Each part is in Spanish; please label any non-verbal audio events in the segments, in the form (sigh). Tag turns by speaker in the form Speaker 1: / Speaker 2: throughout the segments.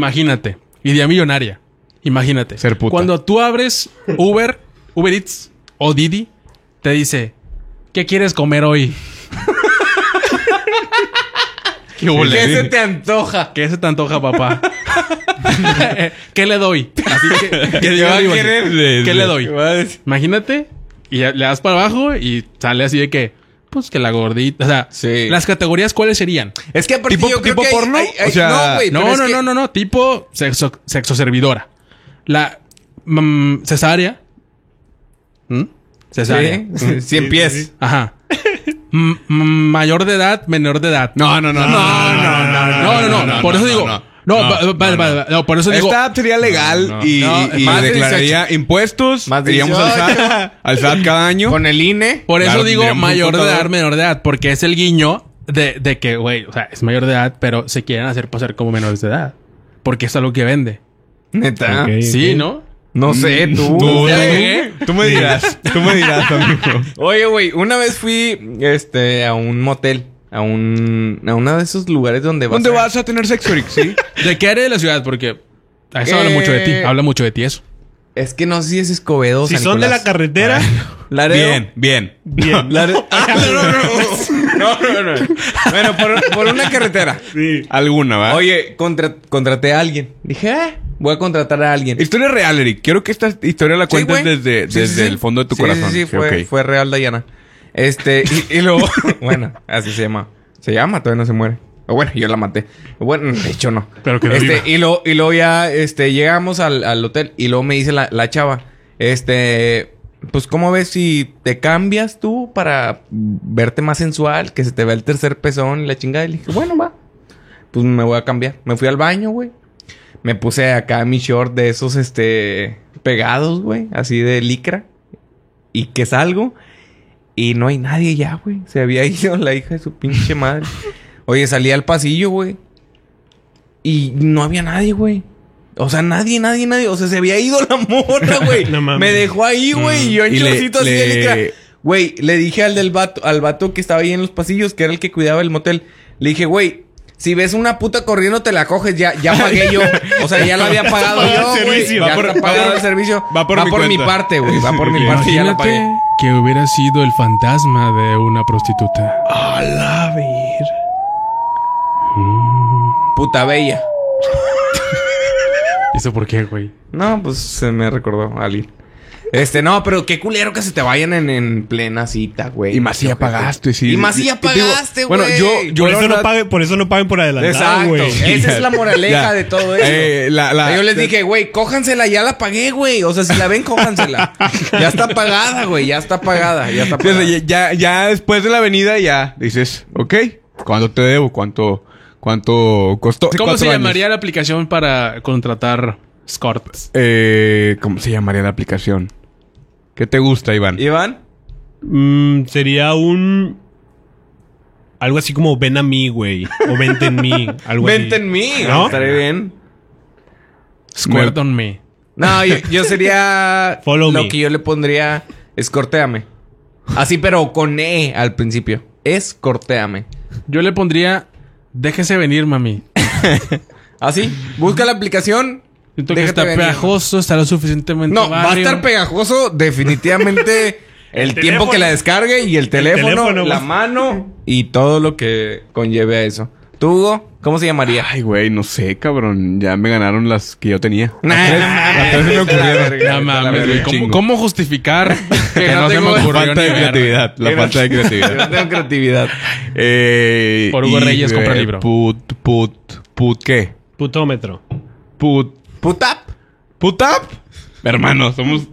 Speaker 1: Imagínate. Idea millonaria. Imagínate.
Speaker 2: Ser puta.
Speaker 1: Cuando tú abres Uber, Uber Eats o Didi, te dice, ¿qué quieres comer hoy? ¿Qué, huele?
Speaker 3: (laughs) ¿Qué
Speaker 1: ¿Qué,
Speaker 3: se te antoja?
Speaker 1: se te antoja, papá? (laughs) ¿Qué le doy? Así que, que
Speaker 3: ¿Qué
Speaker 1: yo
Speaker 3: va a
Speaker 1: digo así,
Speaker 3: querer?
Speaker 1: ¿Qué le doy?
Speaker 3: ¿Qué va a decir?
Speaker 1: Imagínate, y ya le das para abajo y sale así de que, pues que la gordita. O sea,
Speaker 3: Sí.
Speaker 1: las categorías, ¿cuáles serían?
Speaker 3: Es que aparte
Speaker 2: ¿Tipo-
Speaker 3: yo creo
Speaker 2: tipo
Speaker 3: que hay-
Speaker 2: porno?
Speaker 3: hay- hay-
Speaker 2: O sea,
Speaker 3: no, (laughs) güey, pero
Speaker 1: No,
Speaker 3: es
Speaker 1: no,
Speaker 3: que-
Speaker 1: no, no, no. Tipo sexo, servidora. La mm, cesárea. ¿Mm? Cesárea.
Speaker 3: (laughs) Sí, 100 pies.
Speaker 1: Ajá. M- m- mayor de edad, menor de edad.
Speaker 2: No, no, no, no, no,
Speaker 1: no, no, no. por eso digo. No, va- va- va- va- no, por eso digo.
Speaker 2: Esta app sería legal
Speaker 1: No, no.
Speaker 2: y,
Speaker 3: No,
Speaker 2: y
Speaker 3: más de
Speaker 2: declararía impuestos.
Speaker 3: Más de
Speaker 2: iríamos al
Speaker 3: 18.
Speaker 2: SAT, al SAT cada año.
Speaker 3: Con el INE.
Speaker 1: Por eso
Speaker 2: Claro,
Speaker 1: digo
Speaker 2: tendríamos un
Speaker 1: mayor de edad,
Speaker 2: contador.
Speaker 1: menor de edad. Porque es el guiño de, de que, güey, o sea, es mayor de edad, pero se quieren hacer pasar como menores de edad. Porque es algo que vende.
Speaker 3: Neta.
Speaker 2: Ok. Mm,
Speaker 1: Sí, ¿no?
Speaker 3: No sé, tú.
Speaker 2: Tú,
Speaker 3: Ya
Speaker 2: tú,
Speaker 3: llegué.
Speaker 2: tú me dirás, tú me dirás, amigo.
Speaker 3: Oye, güey, una vez fui este, a un motel. A un. A uno de esos lugares donde vas.
Speaker 2: (laughs) ¿Dónde
Speaker 3: a-
Speaker 2: vas a tener sexo, Eric? Sí.
Speaker 1: ¿De qué área de la ciudad? Porque a eso habla mucho de ti.
Speaker 3: Eh,
Speaker 1: Habla mucho de ti eso.
Speaker 3: Es que no sé si es Escobedo. o
Speaker 4: Si
Speaker 3: San
Speaker 4: son de la
Speaker 3: Pues Nicolás.
Speaker 4: carretera,
Speaker 3: Laredo.
Speaker 2: Bien, bien.
Speaker 1: (laughs)
Speaker 4: bien.
Speaker 3: No, no, no. Bueno, por, por
Speaker 2: (laughs)
Speaker 3: una carretera.
Speaker 4: Sí.
Speaker 2: Alguna, ¿va?
Speaker 3: Oye, contra- contraté a alguien. Dije, ah, voy a contratar a alguien.
Speaker 2: Historia real, Eric. Quiero que esta historia la cuentes
Speaker 3: Sí, güey.
Speaker 2: desde,
Speaker 3: Sí, sí,
Speaker 2: desde
Speaker 3: sí.
Speaker 2: el fondo de tu
Speaker 3: Sí,
Speaker 2: corazón.
Speaker 3: Sí, sí, fue,
Speaker 2: Ok.
Speaker 3: fue real, Dayana. Este, y, y luego, (laughs) bueno, así se llama. Se llama, todavía no se muere. O bueno, yo la maté. Bueno, de hecho no.
Speaker 1: Pero que no
Speaker 3: este,
Speaker 1: viva.
Speaker 3: y luego, y luego ya, este, llegamos al, al hotel y luego me dice la, la chava, este, pues, ¿cómo ves si te cambias tú para verte más sensual? Que se te vea el tercer pezón y la chingada. Y le dije, bueno, va. Pues me voy a cambiar. Me fui al baño, güey. Me puse acá mi short de esos, este, pegados, güey, así de licra. Y que salgo y no hay nadie ya, güey. Se había (laughs) ido la hija de su pinche madre. Oye, salí al pasillo, güey. Y no había nadie, güey. O sea, nadie, nadie, nadie. O sea, se había ido la morra, güey.
Speaker 4: No mames.
Speaker 3: Me dejó ahí, güey. Y yo en
Speaker 2: Y le-
Speaker 3: chorcito así de
Speaker 2: le-
Speaker 3: licra. Güey, le dije al del vato, al vato que estaba ahí en los pasillos, que era el que cuidaba el motel. Le dije, güey, si ves una puta corriendo, te la coges. Ya, ya pagué yo. O sea, ya la había pagado
Speaker 4: pagado
Speaker 3: yo,
Speaker 4: el
Speaker 3: güey.
Speaker 4: servicio.
Speaker 3: Ya
Speaker 4: Va por-
Speaker 3: está
Speaker 4: va
Speaker 3: pagado
Speaker 2: por-
Speaker 3: el servicio.
Speaker 2: va por mi
Speaker 3: mi
Speaker 2: cuenta.
Speaker 3: parte, güey. Va
Speaker 1: (laughs)
Speaker 3: por mi parte. Ya la pagué.
Speaker 1: Imagínate que hubiera sido el fantasma de una prostituta.
Speaker 3: Puta bella.
Speaker 1: ¿Y eso por qué, güey?
Speaker 3: No, pues se me recordó a alguien. Este, no, pero qué culero que se te vayan en, en plena cita, güey.
Speaker 2: Y más si ya pagaste, sí.
Speaker 3: Y más si ya
Speaker 2: Digo,
Speaker 3: pagaste, güey.
Speaker 2: bueno, yo- yo-
Speaker 4: Por
Speaker 2: la
Speaker 4: eso, no
Speaker 2: verdad-
Speaker 4: paguen, por eso no paguen por adelantado,
Speaker 3: Exacto.
Speaker 4: güey.
Speaker 2: (laughs)
Speaker 3: Esa es la moraleja
Speaker 2: Ya.
Speaker 3: de todo eso.
Speaker 2: Eh, la,
Speaker 3: O
Speaker 2: la-
Speaker 3: sea, yo les dije, güey, cójansela, ya la pagué, güey. O sea, si la (laughs) ven, cójansela. ya está pagada, güey, ya está pagada, ya está
Speaker 2: Sí, o sea,
Speaker 3: pagada.
Speaker 2: ya, ya después de la avenida ya dices, ok, ¿cuánto te debo? ¿Cuánto, cuánto costó?
Speaker 1: ¿Cómo se
Speaker 2: Cuatro años.
Speaker 1: llamaría la aplicación para contratar escorts?
Speaker 2: Eh, ¿Cómo se llamaría la aplicación? ¿Qué te gusta, Iván?
Speaker 3: Iván,
Speaker 4: Mm, sería un. Algo así como ven a mí, güey. O vente en mí. Algo así.
Speaker 3: vente en mí.
Speaker 4: ¿No?
Speaker 3: Estaré bien.
Speaker 1: Squirt on me.
Speaker 3: No, yo, (laughs) yo sería
Speaker 4: Follow
Speaker 3: lo
Speaker 4: me.
Speaker 3: que yo le pondría escorteame. Así, pero con E al principio. Escorteame.
Speaker 1: Yo le pondría, déjese venir, mami.
Speaker 3: Así, ¿Ah, busca la aplicación.
Speaker 1: Siento que
Speaker 3: déjate
Speaker 1: está
Speaker 3: venir.
Speaker 1: pegajoso, está lo suficientemente
Speaker 3: No, va a
Speaker 1: barrio.
Speaker 3: estar pegajoso definitivamente el,
Speaker 4: El
Speaker 3: tiempo que la
Speaker 4: teléfono.
Speaker 3: descargue y el teléfono,
Speaker 4: teléfono,
Speaker 3: la
Speaker 4: güey.
Speaker 3: mano y todo lo que conlleve a eso. ¿Tú, Hugo? ¿Cómo se llamaría? (laughs)
Speaker 2: Ay, güey, no sé, cabrón. Ya me ganaron las que yo tenía.
Speaker 3: Nah,
Speaker 2: Las tres-
Speaker 3: nah,
Speaker 2: las tres se me
Speaker 3: nah,
Speaker 2: ocurrieron.
Speaker 3: nah, nah, nah,
Speaker 1: No mames, güey. ¿Cómo,
Speaker 2: Chingo.
Speaker 1: cómo justificar que
Speaker 3: no
Speaker 1: no se me
Speaker 3: tengo-
Speaker 1: ocurrió
Speaker 2: La falta
Speaker 1: ni
Speaker 2: de
Speaker 1: verga?
Speaker 2: creatividad. La falta de
Speaker 3: (laughs) Yo no
Speaker 2: creatividad.
Speaker 3: tengo creatividad.
Speaker 2: Eh,
Speaker 1: Por Hugo
Speaker 2: y,
Speaker 1: Reyes,
Speaker 2: eh,
Speaker 1: compra libro.
Speaker 2: Put, put, put, ¿qué?
Speaker 4: Putómetro.
Speaker 2: Put,
Speaker 3: Putap.
Speaker 2: put up. Hermano, somos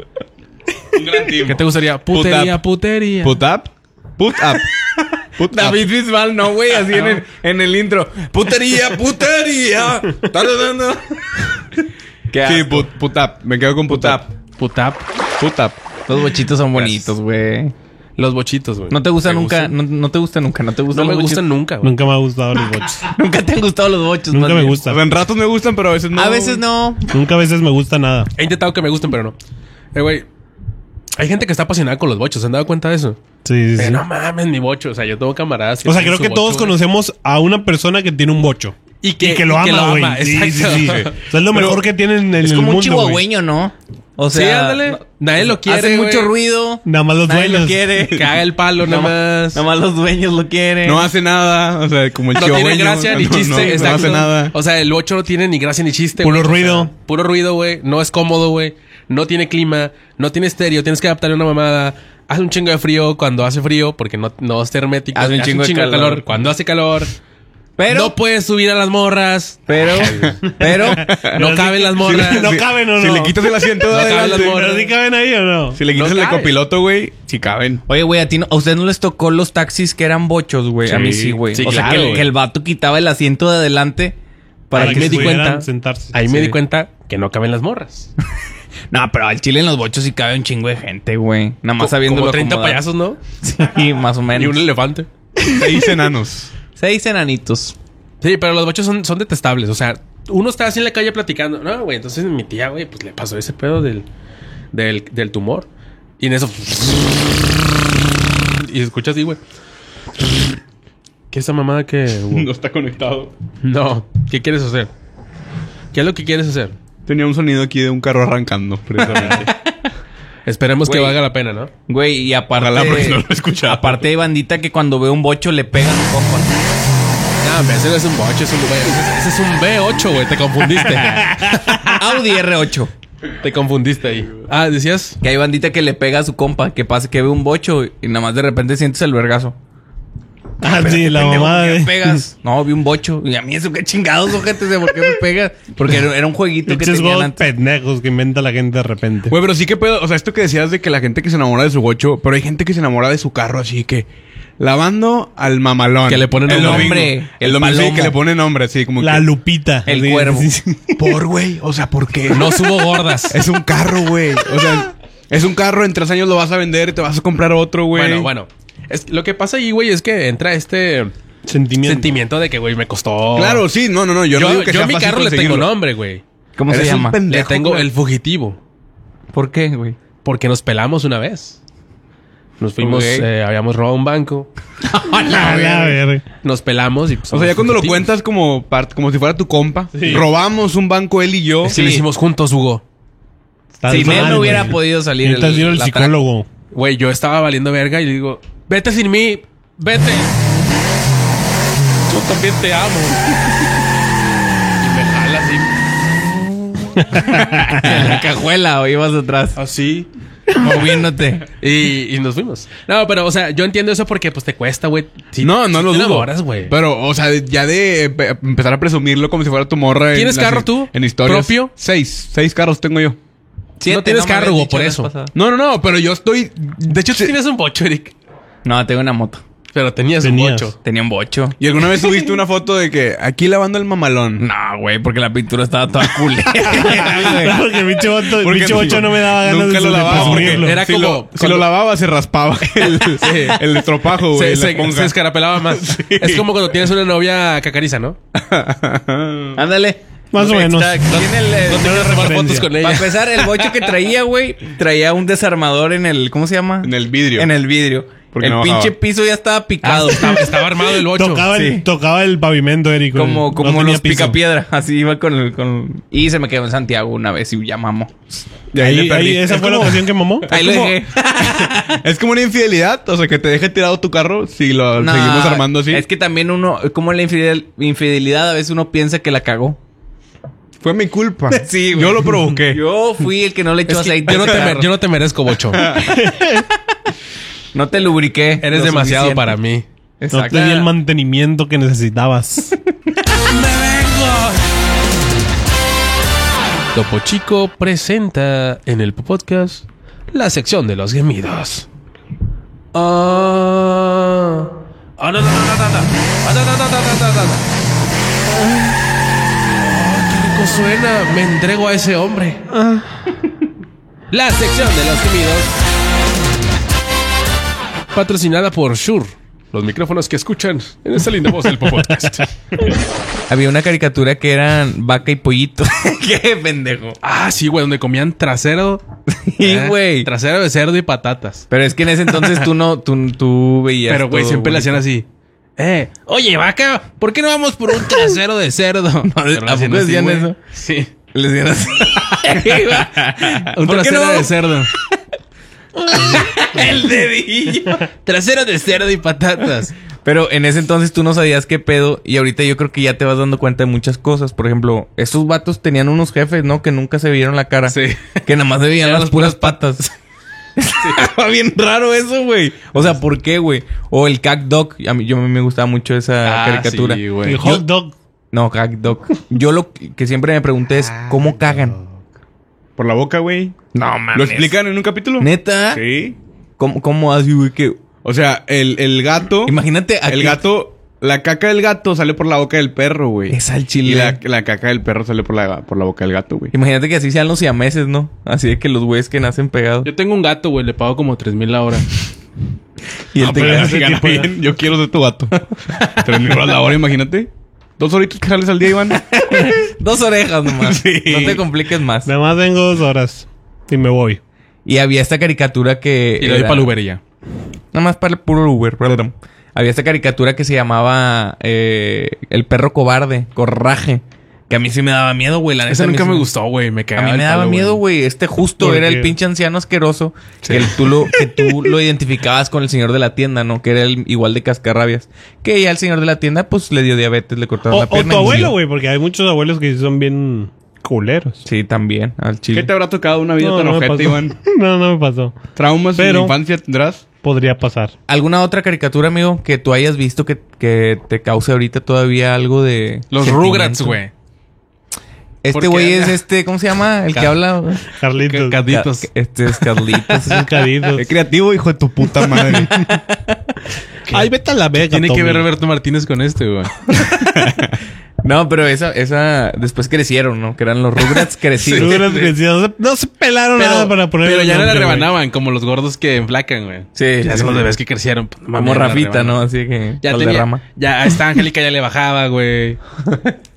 Speaker 2: un gran team.
Speaker 1: ¿Qué te gustaría? Putería,
Speaker 2: up.
Speaker 1: putería.
Speaker 2: Put up. Put up. Put up.
Speaker 3: David Bisbal, Ah, no, güey, así en, el, en el intro. Putería, putería. Tararana. ¿Qué
Speaker 2: Sí,
Speaker 3: asco.
Speaker 2: put, put up. Me quedo con put, up.
Speaker 1: Putap.
Speaker 2: Put up.
Speaker 3: Los bochitos son bonitos, güey.
Speaker 1: Los bochitos, güey.
Speaker 3: No te gusta nunca, no, no te gusta nunca, no te
Speaker 1: No
Speaker 3: gustan
Speaker 1: me
Speaker 3: los
Speaker 1: gustan
Speaker 3: bochos.
Speaker 1: nunca, güey.
Speaker 4: Nunca me ha gustado los bots.
Speaker 3: (laughs) Nunca te han gustado los bochos,
Speaker 4: Nunca
Speaker 3: más
Speaker 4: me
Speaker 3: bien.
Speaker 2: O
Speaker 4: gusta.
Speaker 2: sea, en ratos me gustan, pero a veces no.
Speaker 3: A veces no.
Speaker 4: Nunca a veces me gusta nada.
Speaker 1: He intentado que me gusten, pero no. Eh, güey. Hay gente que está apasionada con los bochos. ¿Se han dado cuenta de eso?
Speaker 4: Sí, sí,
Speaker 1: Eh,
Speaker 4: sí.
Speaker 1: no mames, mi bocho. O sea, yo tengo camaradas
Speaker 4: O sea,
Speaker 1: tienen
Speaker 4: creo
Speaker 1: su
Speaker 4: que todos
Speaker 1: bocho, güey.
Speaker 4: conocemos a una persona que tiene un bocho.
Speaker 1: Y
Speaker 4: Y que lo
Speaker 1: y
Speaker 4: ama, güey. Sí, sí,
Speaker 1: exacto.
Speaker 4: sí. O sea, es
Speaker 1: Pero
Speaker 4: lo mejor que tienen en el
Speaker 3: Es
Speaker 4: mundo,
Speaker 3: como un
Speaker 4: güey.
Speaker 3: chihuahueño, ¿no? O
Speaker 1: Sí,
Speaker 3: sea,
Speaker 1: ándale.
Speaker 3: no-
Speaker 1: Nadie lo quiere,
Speaker 3: Hacen
Speaker 1: güey.
Speaker 3: Pues, mucho ruido.
Speaker 4: Nada más los
Speaker 3: nadie
Speaker 4: dueños.
Speaker 3: lo (laughs)
Speaker 4: (laughs)
Speaker 3: quiere.
Speaker 1: Caga el palo
Speaker 3: Nada
Speaker 1: nada
Speaker 3: más.
Speaker 1: más.
Speaker 3: Nada más los dueños lo quieren.
Speaker 2: No hace nada, o sea, como el
Speaker 1: No
Speaker 2: chihuahueño.
Speaker 1: tiene gracia ni
Speaker 2: no,
Speaker 1: chiste.
Speaker 2: no, No,
Speaker 1: exacto.
Speaker 2: hace nada.
Speaker 1: O sea, el 8 no tiene ni gracia ni chiste.
Speaker 4: Puro
Speaker 1: güey. O sea,
Speaker 4: ruido.
Speaker 1: puro ruido, güey. No es cómodo, güey. No tiene clima. No tiene estéreo. Tienes que adaptarle una mamada. Hace un chingo de frío cuando hace frío porque no, no es hermético.
Speaker 3: Hace un chingo de calor.
Speaker 1: cuando hace calor.
Speaker 3: pero,
Speaker 1: no puedes subir a las morras.
Speaker 3: pero, (laughs) pero,
Speaker 1: No caben las morras.
Speaker 4: (laughs) No caben o no.
Speaker 2: Si le quitas el asiento de
Speaker 1: No caben las
Speaker 2: adelante.
Speaker 1: morras.
Speaker 4: Pero sí caben ahí o no.
Speaker 2: Si le quitas
Speaker 1: No
Speaker 2: el
Speaker 1: cabe.
Speaker 2: copiloto, güey, sí caben.
Speaker 3: Oye, güey, a ti no, a ustedes no les tocó los taxis que eran bochos, güey. a mí
Speaker 4: Sí.
Speaker 3: sí, güey.
Speaker 1: Sí,
Speaker 3: o sea,
Speaker 1: claro,
Speaker 3: que, el-
Speaker 1: güey.
Speaker 3: que el vato quitaba el asiento de adelante para
Speaker 1: Ahí
Speaker 3: que
Speaker 1: me di
Speaker 4: pudieran
Speaker 1: cuenta.
Speaker 4: sentarse.
Speaker 1: Ahí me
Speaker 3: Sí.
Speaker 1: di cuenta que no caben las morras.
Speaker 3: No, pero al chile en los bochos sí cabe un chingo de gente, güey. Nada más sabiendo
Speaker 1: Como 30 payasos, ¿no?
Speaker 3: (laughs) Sí, más o
Speaker 1: Y
Speaker 3: menos.
Speaker 1: un elefante.
Speaker 2: Seis enanos.
Speaker 3: Seis enanitos.
Speaker 1: Sí, pero los bochos son, son detestables. O sea, uno está así en la calle platicando. No, güey, entonces mi tía, güey, pues le pasó ese pedo del, del, del tumor. Y en eso. Y escuchas así, güey. ¿Qué esa mamada que.?
Speaker 2: (laughs) No está conectado.
Speaker 1: No, ¿qué quieres hacer? ¿Qué es lo que quieres hacer?
Speaker 2: Tenía un sonido aquí de un carro
Speaker 1: (laughs)
Speaker 2: arrancando, precisamente.
Speaker 1: Esperemos que
Speaker 3: Güey.
Speaker 1: valga la pena, ¿no?
Speaker 3: Güey, y aparte.
Speaker 1: Eh,
Speaker 2: Ojalá, porque no lo he escuchado.
Speaker 3: Aparte hay bandita que cuando ve un bocho le pegan un poco.
Speaker 1: No, pero ese no es un bocho, es un, güey, ese- ese es un B8, güey. Te
Speaker 3: (laughs)
Speaker 1: confundiste.
Speaker 3: Audi R8.
Speaker 1: te confundiste ahí. Ah, decías.
Speaker 3: Que hay bandita que le pega a su compa, que pasa que ve un bocho y nada más de repente sientes el vergazo.
Speaker 4: Ah, sí, la
Speaker 3: Pendejo,
Speaker 4: mamada
Speaker 3: ¿por qué
Speaker 4: de...
Speaker 3: me pegas? No, vi un bocho. Y a mí eso, qué chingados, ojete, de por qué me pegas. Porque era, era un jueguito que
Speaker 4: Pinches
Speaker 3: tenían
Speaker 4: juegos
Speaker 3: antes.
Speaker 4: pendejos que inventa la gente de repente.
Speaker 2: Güey, pero sí que pedo. O sea, esto que decías de que la gente que se enamora de su gocho, pero hay gente que se enamora de su carro, así que. Lavando al mamalón.
Speaker 1: Que le ponen
Speaker 2: el
Speaker 1: un
Speaker 2: domingo.
Speaker 3: nombre,
Speaker 2: El
Speaker 3: el
Speaker 2: domingo sí,
Speaker 3: palomo.
Speaker 2: que le pone nombre, así como.
Speaker 4: La
Speaker 2: que-
Speaker 4: lupita.
Speaker 3: El
Speaker 4: Sí,
Speaker 3: cuervo.
Speaker 4: sí, sí.
Speaker 2: Por, güey. O sea, ¿por qué?
Speaker 1: No subo gordas.
Speaker 2: Es un carro, güey. O sea, es un carro. En tres años lo vas a vender y te vas a comprar otro, güey.
Speaker 1: Bueno, bueno. Es, lo que pasa ahí, güey, es que entra este
Speaker 4: Sentimiento.
Speaker 1: sentimiento de que, güey, me costó.
Speaker 2: Claro, sí. No, no, no. Yo,
Speaker 1: Yo,
Speaker 2: no digo que
Speaker 1: yo
Speaker 2: sea
Speaker 1: a mi
Speaker 2: fácil
Speaker 1: carro le tengo
Speaker 2: conseguirlo.
Speaker 1: nombre, güey.
Speaker 3: ¿Cómo se
Speaker 2: Eres un
Speaker 3: llama?
Speaker 2: pendejo.
Speaker 1: Le tengo
Speaker 2: güey.
Speaker 1: el fugitivo.
Speaker 3: ¿Por qué, güey?
Speaker 1: Porque nos pelamos una vez. Nos fuimos,
Speaker 3: Ok.
Speaker 1: eh, habíamos robado un banco.
Speaker 4: A
Speaker 3: Ah,
Speaker 4: la verga.
Speaker 1: Nos pelamos y pues,
Speaker 2: O sea, ya cuando lo cuentas como, part- como si fuera tu compa,
Speaker 4: Sí.
Speaker 2: robamos un banco él y yo.
Speaker 1: Es que lo
Speaker 3: Sí.
Speaker 1: hicimos juntos, Hugo.
Speaker 4: Está
Speaker 3: Si
Speaker 4: mal,
Speaker 3: no, no hubiera
Speaker 4: güey.
Speaker 3: podido salir
Speaker 4: Necesitas ir al
Speaker 3: la
Speaker 4: psicólogo.
Speaker 1: Güey, yo estaba valiendo verga y le digo, vete sin mí, vete. Yo también te amo. (laughs) y me jala así.
Speaker 3: tra- (laughs) en la cajuela o ibas atrás
Speaker 2: Ah,
Speaker 1: Así.
Speaker 3: moviéndote.
Speaker 1: Y, y nos fuimos. No, pero, o sea, yo entiendo eso porque, pues, te cuesta, güey. Sí,
Speaker 2: no, no
Speaker 1: sí
Speaker 2: lo
Speaker 1: te
Speaker 2: dudo.
Speaker 1: enamoras, güey.
Speaker 2: Pero, o sea, ya de eh, pe- empezar a presumirlo como si fuera tu morra. en
Speaker 1: ¿Tienes
Speaker 2: las-
Speaker 1: carro tú?
Speaker 2: En historias.
Speaker 1: ¿Propio?
Speaker 2: Seis. Seis carros tengo yo.
Speaker 1: No tienes
Speaker 3: me habías
Speaker 1: cargo,
Speaker 3: dicho
Speaker 1: por
Speaker 3: la vez
Speaker 1: eso.
Speaker 3: pasada.
Speaker 2: No, no, no, pero yo estoy.
Speaker 1: De hecho, tú tienes un bocho, Eric.
Speaker 3: No, tengo una moto.
Speaker 1: Pero tenías, un
Speaker 4: Tenías.
Speaker 1: bocho.
Speaker 3: Tenía un bocho.
Speaker 2: Y alguna vez subiste una foto de que aquí lavando el mamalón.
Speaker 3: No, güey, porque la pintura estaba toda cool. Ah,
Speaker 4: (laughs) Claro, porque mi chivocho,
Speaker 2: Porque
Speaker 4: mi chivocho no me daba ganas
Speaker 2: nunca
Speaker 4: de
Speaker 2: lo lavaba porque
Speaker 4: presumirlo.
Speaker 1: era
Speaker 2: si
Speaker 1: como-
Speaker 2: lo, si
Speaker 1: cuando-
Speaker 2: lo lavaba
Speaker 1: (laughs)
Speaker 2: se raspaba el, el estropajo,
Speaker 1: Se,
Speaker 2: güey. la
Speaker 1: se-
Speaker 2: esponja.
Speaker 1: se escarapelaba
Speaker 2: (laughs)
Speaker 1: más. Es como cuando tienes una novia cacariza, ¿no?
Speaker 3: Ándale.
Speaker 4: Más o menos.
Speaker 3: Está- tiene el- el-
Speaker 1: No te quieres tomar
Speaker 4: referencia.
Speaker 1: fotos con
Speaker 3: Para
Speaker 1: ella.
Speaker 3: empezar, el bocho que traía, güey, traía un desarmador en el. ¿Cómo se llama?
Speaker 2: En el vidrio.
Speaker 3: En el vidrio.
Speaker 2: Porque
Speaker 3: el
Speaker 2: no bajaba.
Speaker 3: pinche piso ya estaba
Speaker 1: Ah,
Speaker 3: picado.
Speaker 1: estaba, estaba armado el bocho.
Speaker 4: Tocaba,
Speaker 3: Sí.
Speaker 4: el, tocaba el pavimento, Eric. güey.
Speaker 3: como
Speaker 4: No
Speaker 3: como
Speaker 4: tenía
Speaker 3: los
Speaker 4: piso.
Speaker 3: picapiedra. (laughs) Así iba con el. Con... Y se me quedó en Santiago una vez y ya mamó.
Speaker 2: Y ahí
Speaker 4: Ahí,
Speaker 2: le perdí.
Speaker 4: ahí, esa
Speaker 2: Es
Speaker 4: fue
Speaker 1: (laughs)
Speaker 4: la
Speaker 2: como-
Speaker 4: ocasión que mamó.
Speaker 3: (laughs) Ahí lo dejé.
Speaker 2: Es como una infidelidad, o sea, que te deje tirado tu carro si lo
Speaker 3: No,
Speaker 2: seguimos armando así.
Speaker 3: Es que también uno. Como la infidel- infidelidad, a veces uno piensa que la cagó.
Speaker 2: Fue mi culpa.
Speaker 3: Sí, güey.
Speaker 2: Yo lo provoqué.
Speaker 3: Yo fui el que no le echó
Speaker 1: (laughs) Es que
Speaker 3: aceite.
Speaker 1: yo, no
Speaker 3: al
Speaker 1: te mer-
Speaker 3: carro.
Speaker 1: yo no te merezco,
Speaker 3: (laughs)
Speaker 1: bocho.
Speaker 3: No te lubriqué.
Speaker 1: Eres
Speaker 3: lo
Speaker 1: demasiado
Speaker 3: suficiente.
Speaker 1: para mí.
Speaker 4: No
Speaker 3: Exacto.
Speaker 4: te di el mantenimiento que necesitabas.
Speaker 1: Topo Chico presenta en el podcast la sección de los gemidos. Ah. Ah, no, no, no, no, no, no. Ah, no, no, no, no, no, no, no. Ah, qué rico suena. Me entrego a ese hombre. La sección de los gemidos. Patrocinada por Shure. Los micrófonos que escuchan en esa linda voz del podcast.
Speaker 3: Había una caricatura que eran vaca y pollito. (laughs) Qué pendejo.
Speaker 1: Ah, sí, güey, donde comían trasero. Eh,
Speaker 3: Sí, güey.
Speaker 1: Trasero de cerdo y patatas.
Speaker 3: Pero es que en ese entonces tú no, tú, tú veías.
Speaker 1: Pero, güey,
Speaker 3: todo
Speaker 1: siempre le hacían
Speaker 3: bonito.
Speaker 1: así.
Speaker 5: Eh, oye, vaca, ¿por qué no vamos por un trasero de cerdo?
Speaker 3: (laughs)
Speaker 5: Pero le
Speaker 3: ¿A
Speaker 5: hacen
Speaker 3: poco
Speaker 5: así,
Speaker 3: decían
Speaker 5: güey.
Speaker 3: eso?
Speaker 5: Sí.
Speaker 3: Les dieron así.
Speaker 1: (laughs) Un
Speaker 3: ¿Por qué
Speaker 1: trasero
Speaker 3: no?
Speaker 1: de
Speaker 3: (laughs)
Speaker 1: cerdo.
Speaker 5: El dedillo.
Speaker 1: Trasero de cerdo y patatas.
Speaker 3: Pero en ese entonces tú no sabías qué pedo y ahorita yo creo que ya te vas dando cuenta de muchas cosas. Por ejemplo, estos vatos tenían unos jefes, ¿no? Que nunca se vieron la cara.
Speaker 5: Sí.
Speaker 3: Que nada más se veían las puras patas.
Speaker 1: (laughs)
Speaker 3: (laughs) Estaba bien raro eso, güey. O sea, ¿por qué, güey? O el Cac Dog. A mí, yo a mí me gustaba mucho
Speaker 1: Ah,
Speaker 3: esa caricatura.
Speaker 5: sí, güey.
Speaker 4: El hot dog.
Speaker 3: no, Cac Dog. Yo lo que siempre me pregunté es, ¿cómo cagan?
Speaker 2: Por la boca, güey.
Speaker 3: No, mames.
Speaker 2: ¿Lo explican en un capítulo?
Speaker 3: ¿Neta?
Speaker 2: Sí.
Speaker 3: ¿Cómo, cómo así, güey? Que...
Speaker 2: O sea, el, el gato.
Speaker 3: Imagínate a
Speaker 2: El
Speaker 3: qué-
Speaker 2: gato. La caca del gato sale por la boca del perro, güey.
Speaker 3: Es al chile.
Speaker 2: Y la, la caca del perro sale por la, por la boca del gato, güey.
Speaker 3: Imagínate que así sean los siameses, ¿no? Así de que los güeyes que nacen pegados.
Speaker 1: Yo tengo un gato, güey. Le pago como 3 mil la hora.
Speaker 3: Y él
Speaker 4: No,
Speaker 3: te
Speaker 4: pero
Speaker 3: gana.
Speaker 4: ese
Speaker 2: Ah, Gana
Speaker 4: tipo de-
Speaker 2: bien. Yo quiero ser tu gato. Tres mil horas la hora, imagínate. Dos horitos que sales al día, Iván.
Speaker 3: Dos orejas nomás.
Speaker 2: Sí.
Speaker 3: No te compliques más.
Speaker 4: Nada más tengo dos horas. Y me voy.
Speaker 3: Y había esta caricatura que.
Speaker 1: (laughs) Y le doy
Speaker 3: era-
Speaker 1: para el Uber y ya.
Speaker 3: Nada más para el puro Uber, perdón. Había esta caricatura que se llamaba eh, El perro cobarde, Corraje. Que a mí sí me daba miedo, güey. La neta,
Speaker 1: Esa
Speaker 3: a mí
Speaker 1: nunca
Speaker 3: sí
Speaker 1: me gustó, güey. Me
Speaker 3: A
Speaker 1: cagaba.
Speaker 3: mí
Speaker 1: el
Speaker 3: me daba
Speaker 1: palo,
Speaker 3: miedo, güey. Este justo
Speaker 4: ¿Por
Speaker 3: era el
Speaker 4: qué?
Speaker 3: pinche anciano asqueroso que, el- tú lo, que tú lo identificabas con el señor de la tienda, ¿no? Que era el igual de cascarrabias. Que ya el señor de la tienda, pues le dio diabetes, le
Speaker 4: O,
Speaker 3: cortaron la
Speaker 4: o
Speaker 3: pierna.
Speaker 4: tu
Speaker 3: y
Speaker 4: abuelo,
Speaker 3: murió.
Speaker 4: güey, porque hay muchos abuelos que son bien culeros.
Speaker 3: Sí, también, al chile.
Speaker 2: ¿Qué te habrá tocado una vida tan
Speaker 4: me
Speaker 2: ojete,
Speaker 4: pasó.
Speaker 2: Iván?
Speaker 4: (laughs) no, no me pasó.
Speaker 2: ¿Traumas en
Speaker 4: Pero-
Speaker 2: la infancia tendrás?
Speaker 4: Podría pasar.
Speaker 3: ¿Alguna otra caricatura, amigo, que tú hayas visto que, que te cause ahorita todavía algo de.
Speaker 1: Los
Speaker 3: sentimiento?
Speaker 1: Rugrats, güey.
Speaker 3: Este
Speaker 1: Porque-
Speaker 3: güey es este, ¿cómo se llama? El que habla.
Speaker 4: Carlitos.
Speaker 1: Ca- ca- Carlitos.
Speaker 3: Ca- Este es
Speaker 4: (laughs)
Speaker 3: Carlitos.
Speaker 1: (laughs)
Speaker 4: Esos caditos.
Speaker 2: creativo, hijo de tu puta madre.
Speaker 4: Ay, vete a la verga.
Speaker 1: Tiene que
Speaker 4: Tommy.
Speaker 1: ver Roberto Martínez con este, güey.
Speaker 3: no, pero esa, esa. Después crecieron, ¿no? Que eran los Rugrats crecidos.
Speaker 1: (laughs)
Speaker 4: Seguro que sí, no se- no se pelaron nada para poner.
Speaker 1: pero
Speaker 4: el
Speaker 1: ya no la
Speaker 4: nombre, güey.
Speaker 1: rebanaban como los gordos que enflacan, güey.
Speaker 3: Sí.
Speaker 1: Ya son los bebés que crecieron. pues, no mames,
Speaker 3: Como
Speaker 1: la
Speaker 3: Rafita,
Speaker 1: rebanan.
Speaker 3: ¿no? Así que.
Speaker 1: Ya tenía,
Speaker 3: Valderrama.
Speaker 1: ya a esta Angélica ya le bajaba,
Speaker 2: (laughs)
Speaker 1: güey.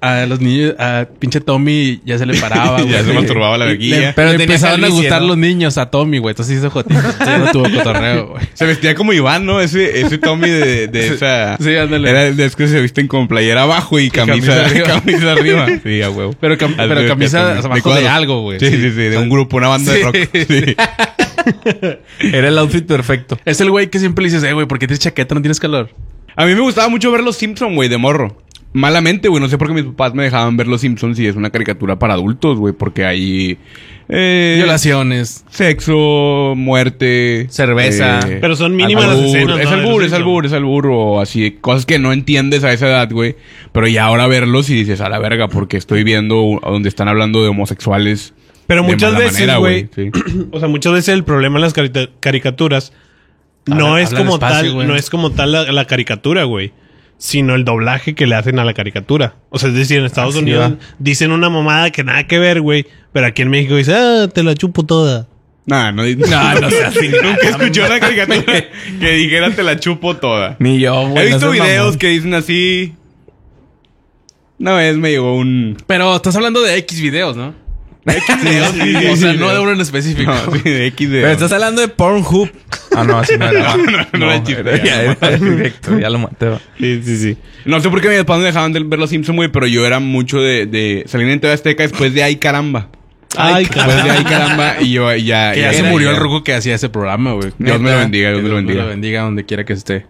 Speaker 1: A los niños, a pinche Tommy ya se le paraba, güey.
Speaker 2: (laughs) ya se
Speaker 1: Sí.
Speaker 2: masturbaba la veguilla.
Speaker 3: Pero
Speaker 1: Pero le
Speaker 3: tenía
Speaker 1: empezaron a
Speaker 3: calvicie,
Speaker 1: gustar
Speaker 3: ¿no?
Speaker 1: los niños a Tommy, güey. Entonces hizo jotito. no tuvo cotorreo, güey.
Speaker 2: Se vestía como Iván, ¿no? Ese, ese Tommy de, de esa...
Speaker 1: Sí, ándale.
Speaker 2: Era de es que se visten con playera abajo y camisa,
Speaker 1: camisa
Speaker 2: (laughs) camisa
Speaker 1: arriba.
Speaker 2: arriba. Sí, a huevo.
Speaker 1: Pero, cam-
Speaker 2: Así
Speaker 1: pero
Speaker 2: de
Speaker 1: camisa
Speaker 2: teatro,
Speaker 1: abajo de
Speaker 2: cuadros.
Speaker 1: algo, güey.
Speaker 2: Sí, sí, sí, de un grupo, una banda de
Speaker 1: Sí.
Speaker 2: rock. Sí.
Speaker 3: Era el outfit perfecto.
Speaker 1: Es el güey que siempre le dices, eh, güey, ¿por qué tienes chaqueta? ¿No tienes calor?
Speaker 2: A mí me gustaba mucho ver los Simpsons, güey, de morro. Malamente, güey, no sé por qué mis papás me dejaban ver los Simpsons si es una caricatura para adultos, güey, porque hay eh,
Speaker 1: Violaciones.
Speaker 2: sexo, muerte, eh,
Speaker 3: Cerveza.
Speaker 4: Pero son mínimas las
Speaker 2: albur.
Speaker 4: escenas, ¿no?
Speaker 2: Es
Speaker 4: de los
Speaker 2: albur, es
Speaker 4: Simpson.
Speaker 2: albur, es albur, o así, cosas que no entiendes a esa edad, güey. Pero ya ahora verlos y dices, a la verga, porque estoy viendo a donde están hablando de homosexuales.
Speaker 4: Pero
Speaker 2: de
Speaker 4: muchas
Speaker 2: mala
Speaker 4: veces,
Speaker 2: manera,
Speaker 4: güey,
Speaker 2: Sí.
Speaker 4: (clears throat) O sea, muchas veces el problema en las carita- caricaturas no
Speaker 1: Habla-
Speaker 4: es
Speaker 1: habla
Speaker 4: como
Speaker 1: despacio,
Speaker 4: tal,
Speaker 1: güey.
Speaker 4: no es como tal la, la caricatura, güey, sino el doblaje que le hacen a la caricatura. O sea, es decir, en Estados
Speaker 3: Así
Speaker 4: Unidos
Speaker 3: va.
Speaker 4: dicen una mamada que nada que ver, güey, pero aquí en México dice, "Ah, te la chupo toda."
Speaker 2: Nah, (laughs) no,
Speaker 1: Ah,
Speaker 2: no, no seas así. Nunca escuché una caricatura que dijera te la chupo toda.
Speaker 3: (laughs) Ni yo, güey.
Speaker 2: He
Speaker 3: no
Speaker 2: visto
Speaker 3: seas
Speaker 2: videos
Speaker 3: mamón.
Speaker 2: que dicen así. Una vez me llegó un. (laughs)
Speaker 1: Pero estás hablando de X videos, ¿no? o sea, no de uno en específico.
Speaker 2: No, sí, de X
Speaker 3: Pero estás hablando de Pornhub. Ah,
Speaker 1: (laughs)
Speaker 3: no, así no era. no,
Speaker 2: no, no era chiste,
Speaker 3: era-
Speaker 2: ya,
Speaker 3: Ya, era (laughs) directo, ya lo maté. va.
Speaker 4: Sí, sí, sí.
Speaker 2: No sé por qué mis papás no dejaban de ver los Simpsons, güey, pero yo era mucho de, de salir en TV Azteca después de Ay Caramba.
Speaker 4: Ay,
Speaker 3: pues,
Speaker 2: Después de
Speaker 4: caramba.
Speaker 2: Ay Caramba y yo ya.
Speaker 1: Que ya
Speaker 2: ya
Speaker 1: se
Speaker 2: era-
Speaker 1: murió el
Speaker 2: ya-
Speaker 1: ruco que hacía ese programa, güey.
Speaker 2: Dios me
Speaker 1: Neta.
Speaker 2: lo bendiga, Dios me lo bendiga.
Speaker 1: Dios me lo bendiga donde quiera que esté.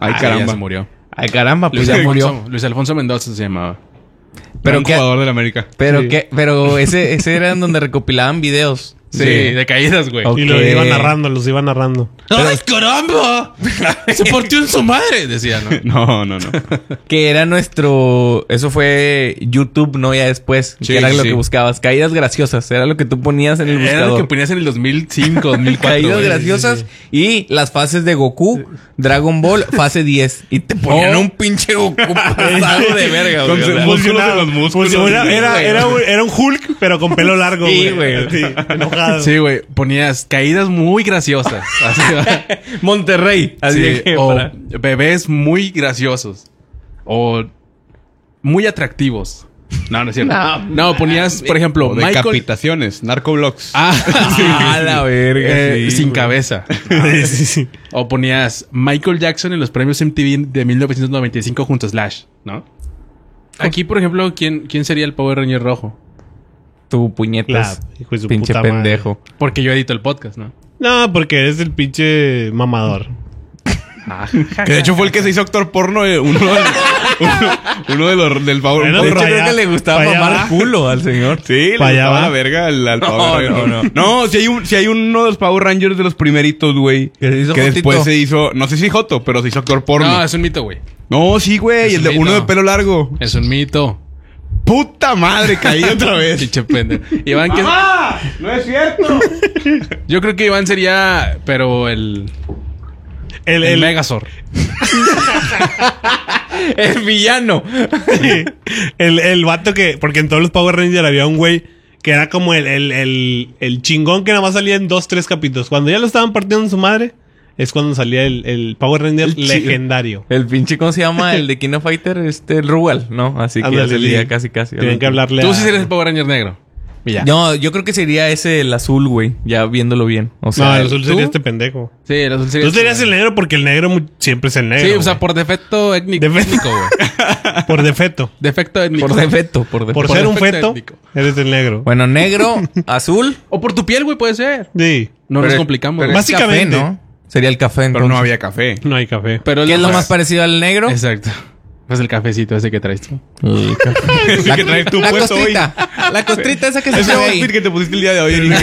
Speaker 2: Ay
Speaker 1: Ah, ya
Speaker 2: Caramba.
Speaker 1: se murió.
Speaker 3: Ay, caramba, pues
Speaker 1: Luis
Speaker 3: ya
Speaker 1: Alfonso,
Speaker 3: murió.
Speaker 1: Luis Alfonso Mendoza se llamaba.
Speaker 3: Pero
Speaker 2: un
Speaker 3: qué-
Speaker 2: jugador de la América.
Speaker 3: Pero
Speaker 4: Sí.
Speaker 3: que, pero ese, ese era en donde recopilaban videos.
Speaker 1: Sí, de caídas, güey.
Speaker 3: Ok.
Speaker 4: Y lo iban narrando, los iban narrando.
Speaker 1: ¡Ay, (laughs) caramba! ¡Se partió en su madre! Decía, ¿no?
Speaker 2: No, no, no.
Speaker 3: Que era nuestro. Eso fue YouTube, no ya después.
Speaker 2: Sí,
Speaker 3: que era
Speaker 2: sí,
Speaker 3: lo
Speaker 2: sí.
Speaker 3: que buscabas. Caídas graciosas. Era lo que tú ponías en el
Speaker 1: Era lo que
Speaker 3: buscador.
Speaker 1: ponías en el
Speaker 3: (laughs)
Speaker 1: 2005, 2004.
Speaker 3: Caídas
Speaker 1: güey.
Speaker 3: graciosas y las fases de Goku, Dragon
Speaker 4: (laughs)
Speaker 3: Ball, fase 10. Y te ponían
Speaker 4: Oh.
Speaker 3: un pinche Goku pasado de verga, güey.
Speaker 2: Con
Speaker 3: o
Speaker 2: su-
Speaker 3: sea.
Speaker 2: Músculos de los músculos,
Speaker 4: Funcionaba.
Speaker 2: güey.
Speaker 4: Era, era, un, era un Hulk, pero con pelo largo, güey.
Speaker 3: Sí, güey.
Speaker 4: Así, enojado.
Speaker 1: Sí, güey. Ponías caídas muy graciosas. Así, (laughs)
Speaker 3: Monterrey. Así
Speaker 1: sí,
Speaker 3: que.
Speaker 1: o
Speaker 3: para-
Speaker 1: bebés muy graciosos. O muy atractivos.
Speaker 2: (laughs) No, no es cierto.
Speaker 3: No.
Speaker 2: No,
Speaker 3: Ah,
Speaker 2: ponías, por ejemplo,
Speaker 1: O
Speaker 2: Michael.
Speaker 1: decapitaciones, narcoblogs. (laughs)
Speaker 2: Ah,
Speaker 3: A la verga.
Speaker 1: Eh,
Speaker 3: sí,
Speaker 1: sin
Speaker 3: güey.
Speaker 1: (laughs) cabeza.
Speaker 4: sí, sí.
Speaker 1: O ponías Michael Jackson en los premios MTV de 1995 junto a Slash, ¿no? Aquí, por ejemplo, ¿quién, quién sería el Power Ranger rojo?
Speaker 3: Tu
Speaker 4: La,
Speaker 3: puñetas.
Speaker 4: hijo de su
Speaker 3: pinche
Speaker 4: puta madre.
Speaker 3: pendejo.
Speaker 1: Porque yo edito el podcast, ¿no?
Speaker 4: No, porque eres el pinche mamador.
Speaker 2: que de hecho fue el que se hizo actor porno, eh, uno, de, (laughs) uno, uno de los del favor.
Speaker 4: Bueno,
Speaker 2: porno.
Speaker 4: Para
Speaker 3: Yo creo
Speaker 4: allá-
Speaker 3: que le gustaba
Speaker 4: para allá
Speaker 3: mamar
Speaker 4: va.
Speaker 3: culo
Speaker 4: (laughs)
Speaker 3: al señor.
Speaker 2: Sí, le
Speaker 4: Para allá
Speaker 2: gustaba
Speaker 4: va.
Speaker 2: la verga al, al
Speaker 3: No,
Speaker 2: Power Ranger.
Speaker 3: no, no.
Speaker 2: si hay, un, si hay uno de los Power Rangers de los primeritos, güey.
Speaker 3: Que se hizo
Speaker 2: Que
Speaker 3: jotito.
Speaker 2: después
Speaker 4: (laughs)
Speaker 2: se hizo, no sé si Joto, pero se hizo actor porno.
Speaker 1: No, es un mito, güey.
Speaker 2: No, sí, güey.
Speaker 1: Es
Speaker 2: El de,
Speaker 1: un mito.
Speaker 2: uno de pelo largo.
Speaker 1: Es un mito.
Speaker 2: Puta madre, caí otra vez.
Speaker 1: Pinche pendejo. Iván, que
Speaker 2: ¡Ah! ¡No es cierto!
Speaker 1: Yo creo que Iván sería, pero el,
Speaker 4: El,
Speaker 1: el,
Speaker 4: el-
Speaker 1: Megazord.
Speaker 3: El villano.
Speaker 4: (laughs) el, el vato que. Porque en todos los Power Rangers había un güey que era como el, el, el, el chingón que nada más salía en dos, tres capítulos. Cuando ya lo estaban partiendo en su madre, es cuando salía el, el Power Ranger legendario.
Speaker 3: El pinche, ¿cómo se llama? El de Kino Fighter, este, el Rugal, ¿no? Así que ya
Speaker 4: Ándale,
Speaker 3: sería
Speaker 4: sí.
Speaker 3: casi, casi.
Speaker 4: Tienen que hablarle.
Speaker 1: Tú
Speaker 4: a-
Speaker 1: sí serías el Power Ranger negro. Y ya.
Speaker 3: No, yo creo que sería ese el azul, güey. Ya viéndolo bien. O
Speaker 4: No,
Speaker 3: sea,
Speaker 4: el azul
Speaker 1: ¿tú?
Speaker 4: sería este pendejo.
Speaker 1: Sí, el azul sería.
Speaker 4: Tú serías el negro porque el negro mu- siempre es el negro.
Speaker 1: Sí, o sea,
Speaker 4: güey.
Speaker 1: por defecto étnico,
Speaker 4: Defecto.
Speaker 1: étnico, güey.
Speaker 4: por defecto. (laughs)
Speaker 1: Defecto étnico.
Speaker 3: por defecto, por defecto.
Speaker 4: Por,
Speaker 1: Pues Por
Speaker 4: ser un
Speaker 1: defecto
Speaker 4: feto,
Speaker 1: étnico.
Speaker 4: eres el negro.
Speaker 3: Bueno, negro, azul.
Speaker 1: O por tu piel, güey, puede ser.
Speaker 4: Sí.
Speaker 1: No
Speaker 3: Pero-
Speaker 1: nos complicamos.
Speaker 3: pero
Speaker 1: güey.
Speaker 3: es café,
Speaker 4: Básicamente.
Speaker 3: ¿no? Sería el café, entonces.
Speaker 2: Pero no había café.
Speaker 4: No hay café.
Speaker 1: Pero
Speaker 3: ¿Qué es lo más parecido al negro?
Speaker 1: Exacto. Pues el cafecito ese que traes tú.
Speaker 4: (laughs)
Speaker 2: Ese que traes tú
Speaker 3: la
Speaker 2: puesto hoy.
Speaker 3: costrita. La costrita esa que se
Speaker 2: Ese
Speaker 3: ve ahí.
Speaker 2: outfit que te pusiste el pues. día de hoy. Erika.
Speaker 3: (laughs)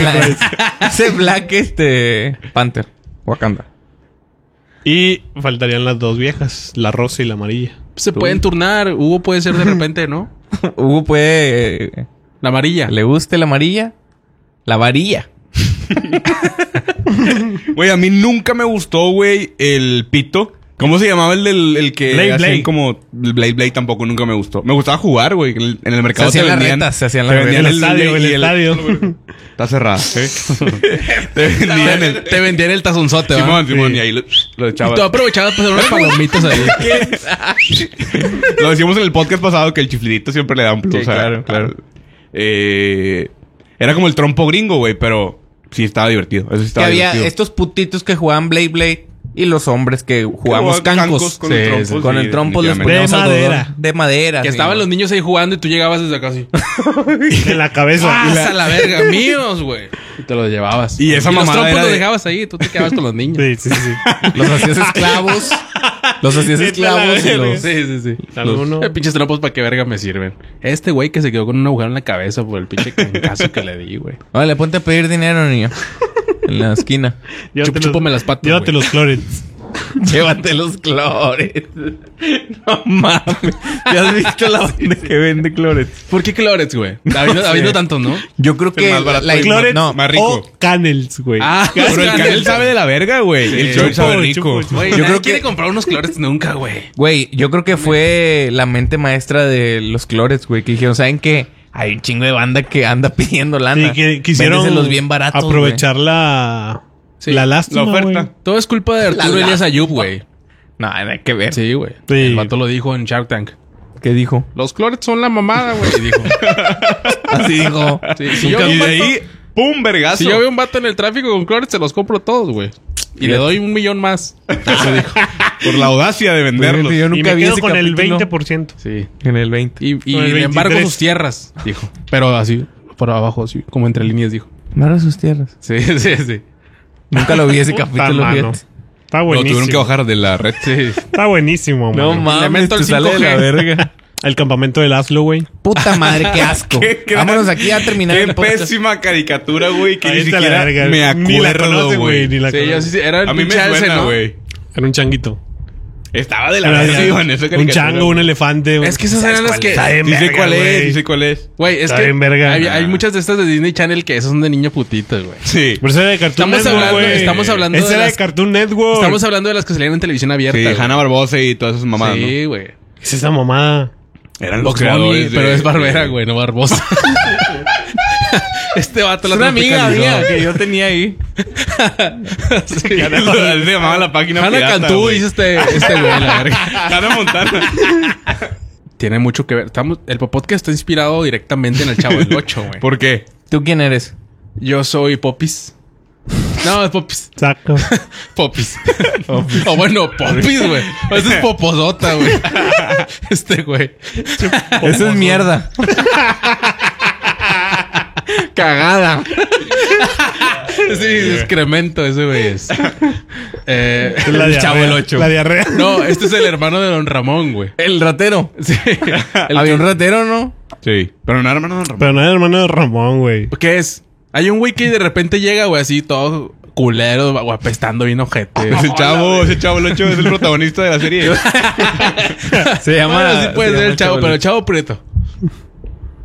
Speaker 3: La- Ese black, este... Panther. Wakanda. (laughs)
Speaker 4: Y faltarían las dos viejas, la rosa y la amarilla.
Speaker 1: (laughs) Se pueden turnar. Hugo puede ser de repente, ¿no?
Speaker 3: Hugo puede... eh,
Speaker 1: La amarilla.
Speaker 3: ¿Le guste la amarilla? La varilla.
Speaker 2: Güey, a mí nunca me gustó, güey, el pito. ¿Cómo se llamaba el del el que
Speaker 4: Blade,
Speaker 2: hacían
Speaker 4: Blade.
Speaker 2: como el Blade Blade tampoco nunca me gustó. Me gustaba jugar, güey, en el, en el mercado te
Speaker 3: Se hacían las
Speaker 2: vendían-
Speaker 3: retas, se hacían
Speaker 2: te
Speaker 3: las
Speaker 2: vendían
Speaker 4: El,
Speaker 3: retas.
Speaker 2: el
Speaker 4: estadio,
Speaker 2: Blade
Speaker 4: el,
Speaker 2: y el-
Speaker 4: estadio.
Speaker 3: (laughs)
Speaker 2: Está cerrada. ¿eh? te vendían el
Speaker 1: Te vendían el tazonzote, ¿va?
Speaker 2: Simón, Simón
Speaker 4: Sí.
Speaker 2: y ahí lo, lo
Speaker 1: Y tú
Speaker 2: echabas.
Speaker 1: aprovechabas para hacer unas palomitas ahí.
Speaker 2: Lo decíamos en el podcast pasado que el chiflidito siempre le da un plus.
Speaker 3: Sí,
Speaker 2: o sea,
Speaker 3: claro, claro.
Speaker 2: eh, era como el trompo gringo, güey, pero sí estaba divertido. Eso sí
Speaker 3: Que
Speaker 2: estaba
Speaker 3: había
Speaker 2: divertido.
Speaker 3: estos putitos que jugaban Blade Blade y los hombres que jugábamos
Speaker 2: jugaban
Speaker 3: cancos.
Speaker 2: cancos con
Speaker 3: Sí,
Speaker 2: el
Speaker 3: sí,
Speaker 2: trompo,
Speaker 3: con
Speaker 2: sí,
Speaker 3: el trompo los
Speaker 2: definitivamente.
Speaker 3: poníamos
Speaker 4: De
Speaker 3: algodón.
Speaker 4: madera.
Speaker 3: De madera.
Speaker 1: Que
Speaker 3: sí.
Speaker 1: estaban los niños ahí jugando y tú llegabas desde acá así.
Speaker 4: (laughs) en la cabeza.
Speaker 3: Ah,
Speaker 4: Y la-
Speaker 1: ¡Pasa la verga! ¡Míos, güey! Y te los llevabas.
Speaker 2: Y esa
Speaker 1: los
Speaker 2: mamada
Speaker 1: trompos
Speaker 2: era
Speaker 1: los
Speaker 2: de-
Speaker 1: dejabas ahí. Tú te quedabas con los niños.
Speaker 4: Sí, sí, sí.
Speaker 3: Los hacías esclavos. los hacías
Speaker 4: Vete a la
Speaker 3: esclavos y
Speaker 4: verga.
Speaker 3: (laughs) los...
Speaker 1: Sí, sí, sí.
Speaker 4: Alguno.
Speaker 1: Eh, pinches tropos para qué verga me sirven. Este güey que se quedó con un agujero en la cabeza por el pinche (laughs) cancazo que le di, güey.
Speaker 3: Vale, ponte a pedir dinero, niño. En la esquina.
Speaker 4: Llévate los-
Speaker 1: chúpame las patas,
Speaker 4: Llévate
Speaker 1: güey.
Speaker 4: los clorets.
Speaker 3: Llévate los clores. (laughs) No mames. (laughs) ¿Ya has visto la onda que vende clores?
Speaker 1: ¿Por qué clorets, güey? Ha habido, ha habido tantos, ¿no?
Speaker 3: Yo creo que
Speaker 2: más barato.
Speaker 3: la,
Speaker 4: Clorets
Speaker 3: no,
Speaker 2: más rico.
Speaker 4: o canels, güey.
Speaker 1: Ah,
Speaker 2: Pero el canel sabe de la verga, güey. El
Speaker 4: Chupo,
Speaker 2: short sabe rico.
Speaker 4: chupo, chupo.
Speaker 1: Güey, yo
Speaker 3: Yo creo
Speaker 1: creo
Speaker 3: que-
Speaker 1: quiere comprar unos clorets nunca, güey.
Speaker 3: Güey, yo creo que fue la mente maestra de los clores, güey, que dijeron, ¿saben qué? Hay un chingo de banda que anda pidiendo lana.
Speaker 4: Sí, que quisieron
Speaker 3: los bien baratos. güey".
Speaker 4: aprovechar la,
Speaker 1: Sí,
Speaker 4: la lástima,
Speaker 2: la oferta.
Speaker 1: Todo es culpa de Arturo Elías Ayub, güey.
Speaker 3: No, nada que ver.
Speaker 1: Sí, güey.
Speaker 4: Sí.
Speaker 1: El vato lo dijo en Shark Tank.
Speaker 3: ¿Qué dijo?
Speaker 1: Los clorets son la mamada, güey. Y (laughs) dijo.
Speaker 3: Así dijo.
Speaker 1: Sí, si, yo veo
Speaker 2: Y
Speaker 1: un
Speaker 2: de
Speaker 1: vato,
Speaker 2: ahí, ¡pum! Vergazo.
Speaker 1: si yo veo un vato en el tráfico con clorets, se los compro todos, güey. Y le doy un millón más. Eso dijo.
Speaker 2: Por la audacia de venderlos.
Speaker 3: Yo
Speaker 4: y
Speaker 3: nunca
Speaker 4: me
Speaker 3: vi
Speaker 4: quedo
Speaker 3: ese
Speaker 4: con
Speaker 3: capítulo.
Speaker 4: el 20%.
Speaker 1: Sí.
Speaker 3: En el 20.
Speaker 1: Y, y
Speaker 4: Con el
Speaker 1: le embargo
Speaker 4: 23.
Speaker 1: sus tierras, dijo. Pero así, por abajo, así, como entre líneas, dijo.
Speaker 3: Mara sus tierras.
Speaker 1: Sí, (laughs) sí, sí.
Speaker 3: Nunca lo vi ese
Speaker 4: Puta
Speaker 3: capítulo.
Speaker 4: mano.
Speaker 3: fíjate.
Speaker 4: Está
Speaker 2: Lo tuvieron que
Speaker 4: buenísimo.
Speaker 2: bajar de la red.
Speaker 1: Sí.
Speaker 4: Está buenísimo,
Speaker 3: No
Speaker 4: man.
Speaker 3: mames,
Speaker 1: Elemento
Speaker 3: te
Speaker 1: al
Speaker 3: sale de
Speaker 1: 5G.
Speaker 3: la verga.
Speaker 4: (laughs) El campamento del Aslo, güey.
Speaker 3: Puta madre, (laughs) qué asco.
Speaker 2: Qué gran-
Speaker 3: Vámonos aquí a terminar
Speaker 2: Qué
Speaker 3: el podcast.
Speaker 2: pésima caricatura, güey. Que ni
Speaker 4: Ahí está la
Speaker 2: siquiera
Speaker 4: verga.
Speaker 2: me
Speaker 4: Ni la
Speaker 2: acuerdo,
Speaker 4: conoce,
Speaker 2: güey.
Speaker 4: Ni la
Speaker 1: Sí, yo sí, eh. sí, Era el
Speaker 2: A mí me
Speaker 1: pinche alce,
Speaker 2: suena,
Speaker 1: ¿no?
Speaker 2: güey.
Speaker 4: Era un changuito.
Speaker 2: Estaba de la
Speaker 4: Era
Speaker 2: verga.
Speaker 4: así,
Speaker 2: Iván, esa
Speaker 4: un
Speaker 2: caricatura,
Speaker 4: chango, un
Speaker 2: güey.
Speaker 4: elefante. un-
Speaker 1: Es que esas eran las que.
Speaker 4: Está bien
Speaker 2: Sí sé
Speaker 4: verga,
Speaker 2: cuál es,
Speaker 4: güey.
Speaker 2: sí sé cuál es.
Speaker 1: Güey, es
Speaker 4: Está
Speaker 1: que
Speaker 4: bien verga.
Speaker 1: hay,
Speaker 4: Ah.
Speaker 1: hay muchas de estas de Disney Channel que esas son de niño putito, güey.
Speaker 2: Sí.
Speaker 4: Pero esa era de Cartoon
Speaker 1: Estamos
Speaker 4: Network,
Speaker 1: hablando-
Speaker 4: güey.
Speaker 1: estamos hablando
Speaker 4: Esa
Speaker 1: de
Speaker 4: era de
Speaker 1: las-
Speaker 4: Cartoon Network.
Speaker 1: Estamos hablando de las que salían en televisión abierta.
Speaker 2: Sí,
Speaker 1: güey.
Speaker 2: Hanna Barbosa y todas esas mamadas,
Speaker 1: Sí, güey.
Speaker 4: ¿Qué es esa mamada?
Speaker 2: ¿no? Eran los
Speaker 1: Box Bunny,
Speaker 2: creadores de-
Speaker 1: pero es Barbera,
Speaker 2: (laughs)
Speaker 1: güey, no Barbosa. este vato
Speaker 3: Es
Speaker 1: la
Speaker 3: una amiga
Speaker 1: tropicalizó. (laughs)
Speaker 3: mía que yo tenía ahí.
Speaker 1: Sí.
Speaker 2: Ya te lo- (laughs) así Se llamaba la página
Speaker 1: Hannah
Speaker 2: pirata,
Speaker 1: Cantú
Speaker 2: güey. "Ah, (laughs)
Speaker 1: dice este este güey, la verga.
Speaker 2: Hannah Montana.
Speaker 1: tiene mucho que ver. Estamos, el podcast está inspirado directamente en el Chavo del 8, güey.
Speaker 2: (laughs) ¿Por qué?
Speaker 3: ¿Tú quién eres?
Speaker 1: Yo soy Popis. No, es Popis.
Speaker 4: Exacto.
Speaker 1: Popis. o bueno, Popis, güey. Esa es Poposota, güey. este, güey.
Speaker 3: Eso es mierda. Cagada.
Speaker 1: Sí, es excremento, ese, güey. es. Eh, (laughs) el
Speaker 4: diarrea.
Speaker 1: Chavo del 8.
Speaker 4: La diarrea.
Speaker 1: No, este es el hermano de Don Ramón, güey.
Speaker 3: El ratero.
Speaker 1: Sí.
Speaker 3: (laughs)
Speaker 1: El
Speaker 3: Había un ratero, ¿no?
Speaker 2: Sí. Pero no, hermano, no, hermano.
Speaker 4: Pero no era hermano de Ramón, güey.
Speaker 1: ¿Qué es? Hay un güey que de repente llega, güey, así todo culero, güey, apestando bien
Speaker 3: (laughs)
Speaker 1: ojete.
Speaker 2: Es el chavo, es el chavo el 8, es el protagonista de la (laughs) serie.
Speaker 3: (laughs) Se
Speaker 1: Bueno, sí puede
Speaker 3: se
Speaker 1: ser
Speaker 3: llama
Speaker 1: el chavo, pero el chavo prieto.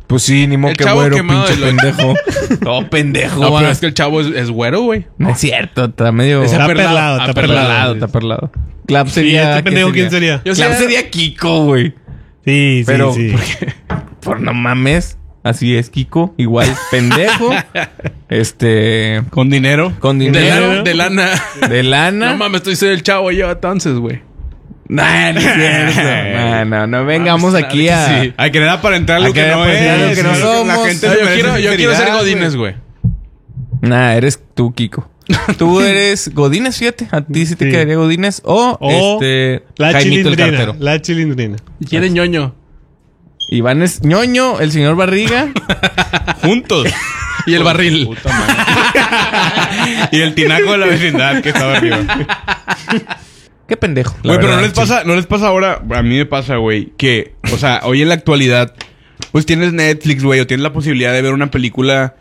Speaker 3: Pues sí, ni modo
Speaker 1: el
Speaker 3: que
Speaker 1: chavo
Speaker 3: güero,
Speaker 1: quemado
Speaker 3: pinche
Speaker 1: del ocho. (laughs)
Speaker 3: pendejo. Todo pendejo.
Speaker 1: No, pero
Speaker 3: va.
Speaker 1: es que el chavo es, es güero, güey.
Speaker 3: No es cierto, está medio...
Speaker 4: Está
Speaker 1: aperlado,
Speaker 4: perlado, está
Speaker 3: Taperlado,
Speaker 4: perlado.
Speaker 3: taperlado. Clap
Speaker 4: ¿Y
Speaker 3: sería...
Speaker 4: este
Speaker 3: ¿qué
Speaker 4: pendejo quién sería?
Speaker 1: Yo
Speaker 3: Clap
Speaker 1: sé-
Speaker 3: sería Kiko, güey.
Speaker 4: Sí, sí,
Speaker 3: Pero-
Speaker 4: sí.
Speaker 3: Por no mames. Así es, Kiko.
Speaker 1: (laughs)
Speaker 3: Igual, pendejo. este...
Speaker 2: Con dinero.
Speaker 3: Con
Speaker 1: de,
Speaker 3: dinero.
Speaker 1: lana, de lana.
Speaker 3: De Eh. lana.
Speaker 1: No mames, estoy soy el chavo yo entonces, güey.
Speaker 3: Nah, no,
Speaker 1: (laughs)
Speaker 3: es cierto. Nah, no, no vengamos
Speaker 1: Mames,
Speaker 3: aquí
Speaker 1: claro que
Speaker 3: a...
Speaker 1: sí.
Speaker 2: Hay que querer aparentar
Speaker 3: Hay
Speaker 2: lo
Speaker 3: que
Speaker 2: que Ah, no
Speaker 3: aparentar
Speaker 2: es.
Speaker 3: lo que no
Speaker 2: La
Speaker 3: somos.
Speaker 2: gente
Speaker 1: No,
Speaker 2: se
Speaker 1: yo
Speaker 2: merece
Speaker 1: quiero, yo quiero ser
Speaker 2: sinceridad,
Speaker 1: Godines, güey.
Speaker 3: Nah, eres tú, Kiko. (laughs) Tú eres Godínez, fíjate. A ti sí te
Speaker 4: Sí.
Speaker 3: quedaría Godínez. O,
Speaker 4: O
Speaker 3: este,
Speaker 4: La
Speaker 3: Jaimito el
Speaker 4: chilindrina.
Speaker 3: cartero.
Speaker 4: La chilindrina.
Speaker 1: Quiere ñoño.
Speaker 3: Iván es ñoño, el señor Barriga. (laughs)
Speaker 2: Juntos. (laughs)
Speaker 1: Y el barril.
Speaker 2: (laughs) Y el tinaco de la vecindad que estaba arriba.
Speaker 3: Qué pendejo. la
Speaker 2: Güey, pero no
Speaker 3: verdad,
Speaker 2: les pasa, no les pasa ahora, a mí me pasa, güey, que, o sea, hoy en la actualidad, pues tienes Netflix, güey, o tienes la posibilidad de ver una película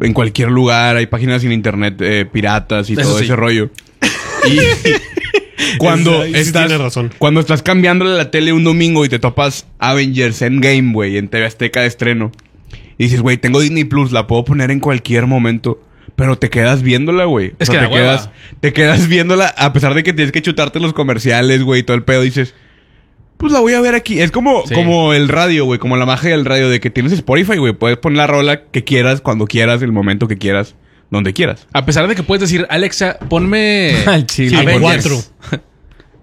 Speaker 2: en cualquier lugar, hay páginas en internet eh, piratas y
Speaker 1: Eso
Speaker 2: todo
Speaker 1: sí.
Speaker 2: ese rollo. Y (laughs) cuando
Speaker 4: Ahí sí
Speaker 2: estás,
Speaker 4: tienes razón.
Speaker 2: cuando estás cambiándole la tele un domingo y te topas Avengers Endgame, güey, en TV Azteca de estreno, y dices, güey, tengo Disney Plus, la puedo poner en cualquier momento. Pero te quedas viéndola, güey.
Speaker 1: Es
Speaker 2: O sea,
Speaker 1: que
Speaker 2: te
Speaker 1: da hueva.
Speaker 2: quedas, te quedas viéndola a pesar de que tienes que chutarte los comerciales, güey, y todo el pedo. Dices, pues la voy a ver aquí. Es como,
Speaker 1: Sí.
Speaker 2: como el radio, güey, como la magia del radio de que tienes Spotify, güey. Puedes poner la rola que quieras, cuando quieras, el momento que quieras, donde quieras.
Speaker 1: A pesar de que puedes decir, Alexa, ponme.
Speaker 3: (laughs) Al chile.
Speaker 4: Sí,
Speaker 1: Avengers".
Speaker 4: cuatro.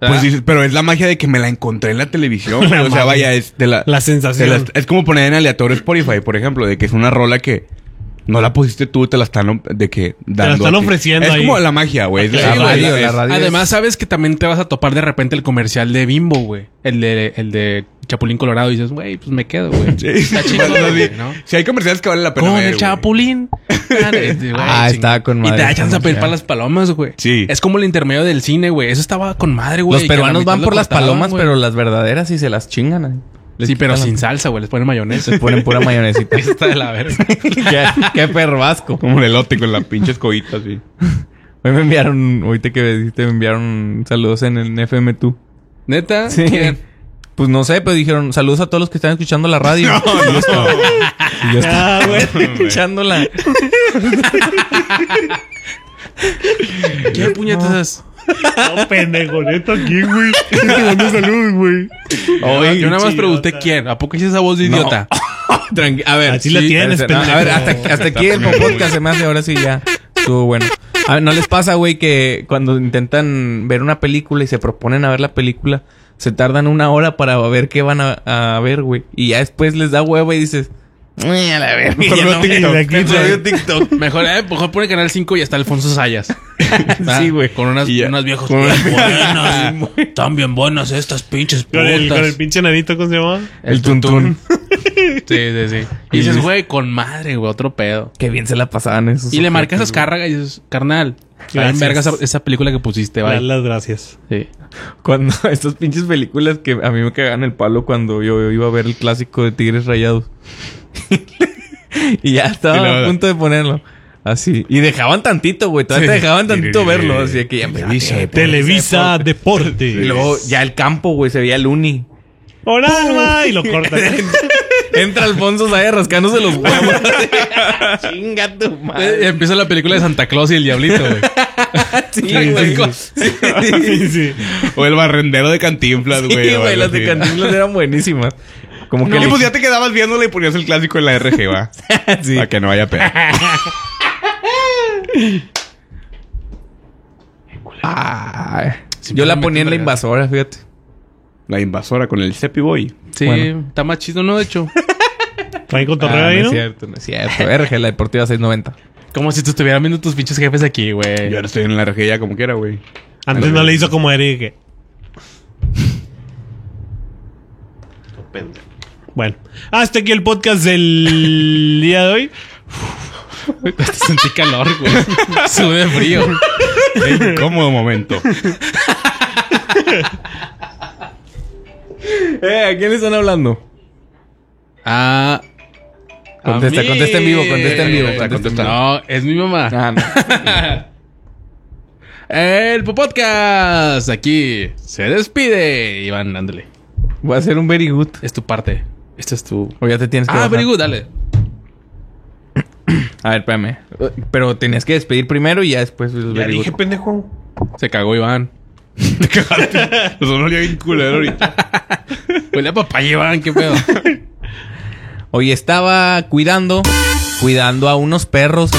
Speaker 1: Ah.
Speaker 2: Pues dices, pero es la magia de que me la encontré en la
Speaker 1: (laughs)
Speaker 2: televisión. güey.
Speaker 4: La
Speaker 2: o sea,
Speaker 4: magia.
Speaker 2: vaya, es de la,
Speaker 4: La
Speaker 2: te
Speaker 4: sensación.
Speaker 2: la- es como poner en aleatorio Spotify, por ejemplo, de que es una rola que no la pusiste tú, te la están o- de que dando
Speaker 4: están
Speaker 2: a ti.
Speaker 4: ofreciendo
Speaker 2: Es
Speaker 4: ahí.
Speaker 2: como la magia, güey. Es
Speaker 1: Sí,
Speaker 2: la
Speaker 1: güey.
Speaker 2: magia,
Speaker 3: radio, la
Speaker 2: es-
Speaker 3: radio.
Speaker 1: Además, sabes que también te vas a topar de repente el comercial de Bimbo, güey. El de, el de Chapulín Colorado. Y dices, güey, pues me quedo, güey.
Speaker 2: Sí.
Speaker 1: Está chido,
Speaker 2: Bueno,
Speaker 1: güey,
Speaker 2: sí.
Speaker 1: ¿no?
Speaker 2: Si hay comerciales que valen la pena
Speaker 1: Con
Speaker 2: ver,
Speaker 1: el
Speaker 2: güey.
Speaker 1: (laughs) Chapulín.
Speaker 3: Ah, estaba con
Speaker 1: Y
Speaker 3: madre
Speaker 1: te da
Speaker 3: ese
Speaker 1: chance a pedir
Speaker 3: comercial.
Speaker 1: para las palomas, güey.
Speaker 2: Sí.
Speaker 1: Es como el intermedio del cine, güey. Eso estaba con madre, güey.
Speaker 3: Los
Speaker 1: que a la
Speaker 3: peruanos
Speaker 1: mitad
Speaker 3: van
Speaker 1: lo
Speaker 3: por las
Speaker 1: cortaban,
Speaker 3: palomas,
Speaker 1: güey.
Speaker 3: pero las verdaderas y se las chingan. ahí. Les
Speaker 1: Sí, pero
Speaker 3: quitan
Speaker 1: sin
Speaker 3: las-
Speaker 1: salsa, güey. Les ponen mayonesa.
Speaker 3: Les ponen pura
Speaker 1: (laughs)
Speaker 3: mayonesita.
Speaker 1: Eso está de la verga.
Speaker 3: qué, qué perro asco.
Speaker 2: Como el elote con la pinche escobita, sí.
Speaker 3: Hoy me enviaron, ahorita que me dijiste, me enviaron saludos en el FM2.
Speaker 1: ¿Neta?
Speaker 3: Sí.
Speaker 1: ¿Quién?
Speaker 3: Pues no sé, pero dijeron saludos a todos los que están escuchando la radio. No,
Speaker 2: (laughs)
Speaker 3: yo estaba, y yo
Speaker 4: (laughs)
Speaker 3: estaba
Speaker 4: Ah, güey.
Speaker 3: escuchándola.
Speaker 1: ¿Qué puñetas?
Speaker 4: No, pendejo, neto aquí,
Speaker 1: (laughs)
Speaker 4: güey. Te mando saludos, güey.
Speaker 1: Oye, yo nada más
Speaker 4: idiota.
Speaker 1: pregunté quién. ¿A poco hice esa voz de
Speaker 3: No. (laughs)
Speaker 1: idiota?
Speaker 3: Tranqui- a ver,
Speaker 4: Así la tienes,
Speaker 3: espérate, no,
Speaker 4: pendejo.
Speaker 3: A ver, hasta, hasta aquí el podcast se me hace ahora sí ya. Estuvo bueno. A ver, ¿no les pasa, güey, que cuando intentan ver una película y se proponen a ver la película, se tardan una hora para ver qué van a, a ver, güey? Y ya después les da hueva y dices, "Ay, a la verga,
Speaker 4: Mejor
Speaker 3: ya
Speaker 4: veo
Speaker 3: no me-
Speaker 4: TikTok.
Speaker 3: mejor veo TikTok.
Speaker 1: Mejor, eh, mejor pone Canal 5 y está Alfonso Sayas.
Speaker 3: (laughs) Sí, güey.
Speaker 1: Con unas,
Speaker 2: Y ya.
Speaker 1: unas viejas bien buenas.
Speaker 3: (laughs)
Speaker 1: Están bien buenas estas pinches
Speaker 4: Con
Speaker 1: putas.
Speaker 4: el, con el pinche nanito, ¿cómo se llama?
Speaker 3: (laughs) El tuntún.
Speaker 1: Sí, sí, sí. Y dices, güey, con madre, güey, otro pedo.
Speaker 3: Qué bien se la pasaban esos.
Speaker 1: Y le
Speaker 3: ojetes,
Speaker 1: marcas a
Speaker 3: güey.
Speaker 1: Azcárraga y dices, carnal, está bien
Speaker 4: Gracias.
Speaker 1: verga esa, esa película que pusiste,
Speaker 4: Dar
Speaker 1: vale.
Speaker 4: las gracias.
Speaker 1: Sí.
Speaker 3: Cuando (laughs) estas pinches películas que a mí me cagan el palo cuando yo iba a ver el clásico de Tigres Rayados. (laughs) y ya estaba
Speaker 2: Y luego-
Speaker 3: a punto de ponerlo. Así. Y dejaban tantito, güey. Todavía te dejaban tantito verlo. Así de que ya
Speaker 2: Televisa,
Speaker 3: empezaba.
Speaker 4: Televisa
Speaker 3: Y
Speaker 4: Deportes.
Speaker 3: luego ya el campo, güey, se veía el uni. (laughs)
Speaker 4: ¡Hola, alma! Y lo corta.
Speaker 3: Entra Alfonso Zaya rascándose los huevos. Chinga tu
Speaker 1: Eh,
Speaker 3: madre.
Speaker 1: Empieza la película de Santa Claus y el Diablito, güey.
Speaker 3: (laughs) Sí,
Speaker 4: sí,
Speaker 3: güey. (laughs)
Speaker 4: sí, sí.
Speaker 2: O el barrendero de Cantinflas, güey.
Speaker 3: Sí,
Speaker 2: o
Speaker 3: güey.
Speaker 2: algo
Speaker 3: Las de
Speaker 2: así.
Speaker 3: Cantinflas eran buenísimas. Como que
Speaker 2: Y
Speaker 3: le-
Speaker 2: pues ya te quedabas viéndola y ponías el clásico en la RG, va.
Speaker 3: (laughs) Sí.
Speaker 2: Para que no haya pedo.
Speaker 3: (laughs) Ah, Ay. yo la ponía en la invasora, fíjate.
Speaker 2: La invasora con el Cepi Boy.
Speaker 1: Sí,
Speaker 3: Bueno.
Speaker 1: está más chido, ¿no? De
Speaker 3: (laughs)
Speaker 1: hecho.
Speaker 4: Traen cotorreo
Speaker 3: Ah,
Speaker 4: ahí,
Speaker 3: no es
Speaker 4: ¿no?
Speaker 3: cierto, no es cierto. RG, la deportiva 690.
Speaker 1: Como si te estuvieran viendo tus pinches jefes aquí,
Speaker 2: Yo
Speaker 1: güey.
Speaker 2: ahora estoy en la RG ya como quiera, güey.
Speaker 4: Antes no le hizo como Eric. que- Bueno, hasta aquí el podcast del (laughs) día de hoy.
Speaker 1: (laughs) Sentí calor,
Speaker 3: (laughs)
Speaker 1: güey. Sube de frío.
Speaker 2: Qué Incómodo momento.
Speaker 3: Eh, ¿a quién le están hablando?
Speaker 1: Ah. a
Speaker 3: Contesta,
Speaker 1: mí.
Speaker 3: contesta en vivo, contesta en vivo,
Speaker 1: Contesta,
Speaker 3: contesta.
Speaker 1: No, es mi mamá.
Speaker 3: Ah, no.
Speaker 1: El podcast aquí se despide. Iván, ándale.
Speaker 3: Voy a hacer un very good.
Speaker 1: Es tu parte. Esta es tu.
Speaker 3: O ya te tienes que
Speaker 1: Ah,
Speaker 3: bajar.
Speaker 1: very good, dale.
Speaker 3: A ver, espérame. Pero tenías que despedir primero y ya después los very good.
Speaker 4: pendejo.
Speaker 1: Se cagó Iván.
Speaker 2: Nos olía bien culero ahorita.
Speaker 1: Huele a papá, Iván, qué
Speaker 3: (laughs)
Speaker 1: pedo.
Speaker 3: Hoy estaba cuidando, cuidando a unos perros.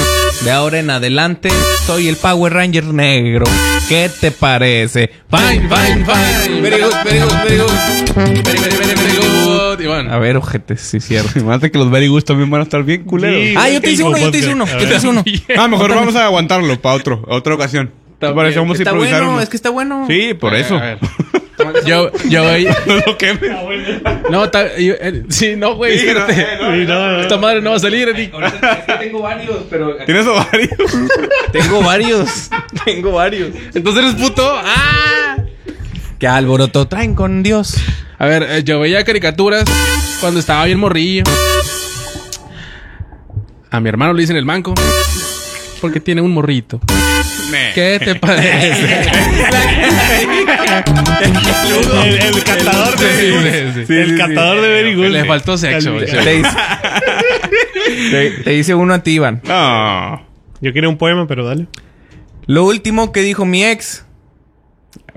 Speaker 3: De ahora en adelante soy el Power Ranger negro. ¿Qué te parece?
Speaker 1: Fine, fine, fine.
Speaker 3: Very good, very good, very good.
Speaker 1: Very, very, very, very good, Iván.
Speaker 3: A ver, ojete, sí, cierto.
Speaker 2: Mate que los Very Good también van a estar bien culeros.
Speaker 4: Sí.
Speaker 3: Ah, yo te hice uno, yo te hice uno, yo te hice uno.
Speaker 2: Ah, mejor vamos a aguantarlo para otro, a otra ocasión. ¿Te
Speaker 1: Está
Speaker 2: parece?
Speaker 1: bien,
Speaker 2: Vamos a
Speaker 3: Está
Speaker 2: improvisar
Speaker 3: bueno,
Speaker 2: uno.
Speaker 3: es que está bueno.
Speaker 2: Sí, por
Speaker 1: A ver,
Speaker 2: eso.
Speaker 1: a ver. (laughs) Yo, yo,
Speaker 2: (laughs) No lo quemes.
Speaker 1: no, ta- yo- eh, sí, no, güey,
Speaker 2: Sí, no,
Speaker 1: espérate.
Speaker 2: eh, no,
Speaker 4: Sí, no, no, no.
Speaker 1: Esta madre no va a salir, Eric.
Speaker 3: tengo varios,
Speaker 1: (laughs)
Speaker 3: pero
Speaker 2: ¿Tienes ovarios?
Speaker 3: tengo varios. (laughs) tengo varios.
Speaker 1: Entonces eres puto. ¡Ah!
Speaker 3: Qué alboroto traen con Dios.
Speaker 1: A ver, eh, yo veía caricaturas cuando estaba bien morrillo. A mi hermano le dicen el manco. Porque tiene un morrito.
Speaker 2: (laughs)
Speaker 1: ¿Qué te parece? (laughs)
Speaker 4: El, el catador de
Speaker 1: Sí,
Speaker 4: Very Good.
Speaker 1: sí, sí.
Speaker 4: el catador de Very Good.
Speaker 1: Le faltó sexo.
Speaker 4: Calma.
Speaker 1: güey.
Speaker 3: Te (laughs) hice, te- te hice uno a ti, Iván.
Speaker 2: No.
Speaker 4: Yo quería un poema, pero dale.
Speaker 3: Lo último que dijo mi ex.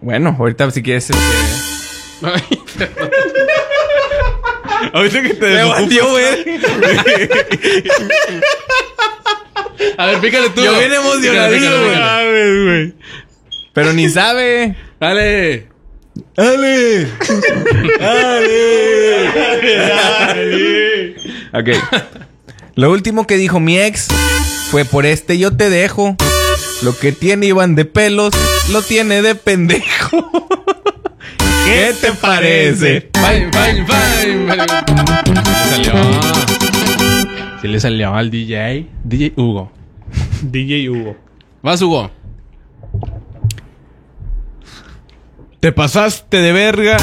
Speaker 3: Bueno, ahorita si quieres. este,
Speaker 2: Ahorita que te desocupas.
Speaker 1: A ver, pícale tú.
Speaker 3: Yo bien emocionadísimo,
Speaker 1: Pícale, pícale,
Speaker 3: güey.
Speaker 1: pícale.
Speaker 4: mames, güey.
Speaker 3: Pero ni sabe.
Speaker 1: Dale.
Speaker 2: ¡Dale!
Speaker 3: Ok. Lo último que dijo mi ex fue por este yo te dejo. Lo que tiene Iván de pelos lo tiene de pendejo. (laughs) ¿Qué te parece?
Speaker 1: Fine, fine, fine. Sí le salió. Sí le salió al DJ. DJ Hugo.
Speaker 4: DJ Hugo.
Speaker 1: Vas, Hugo.
Speaker 2: Te pasaste de verga.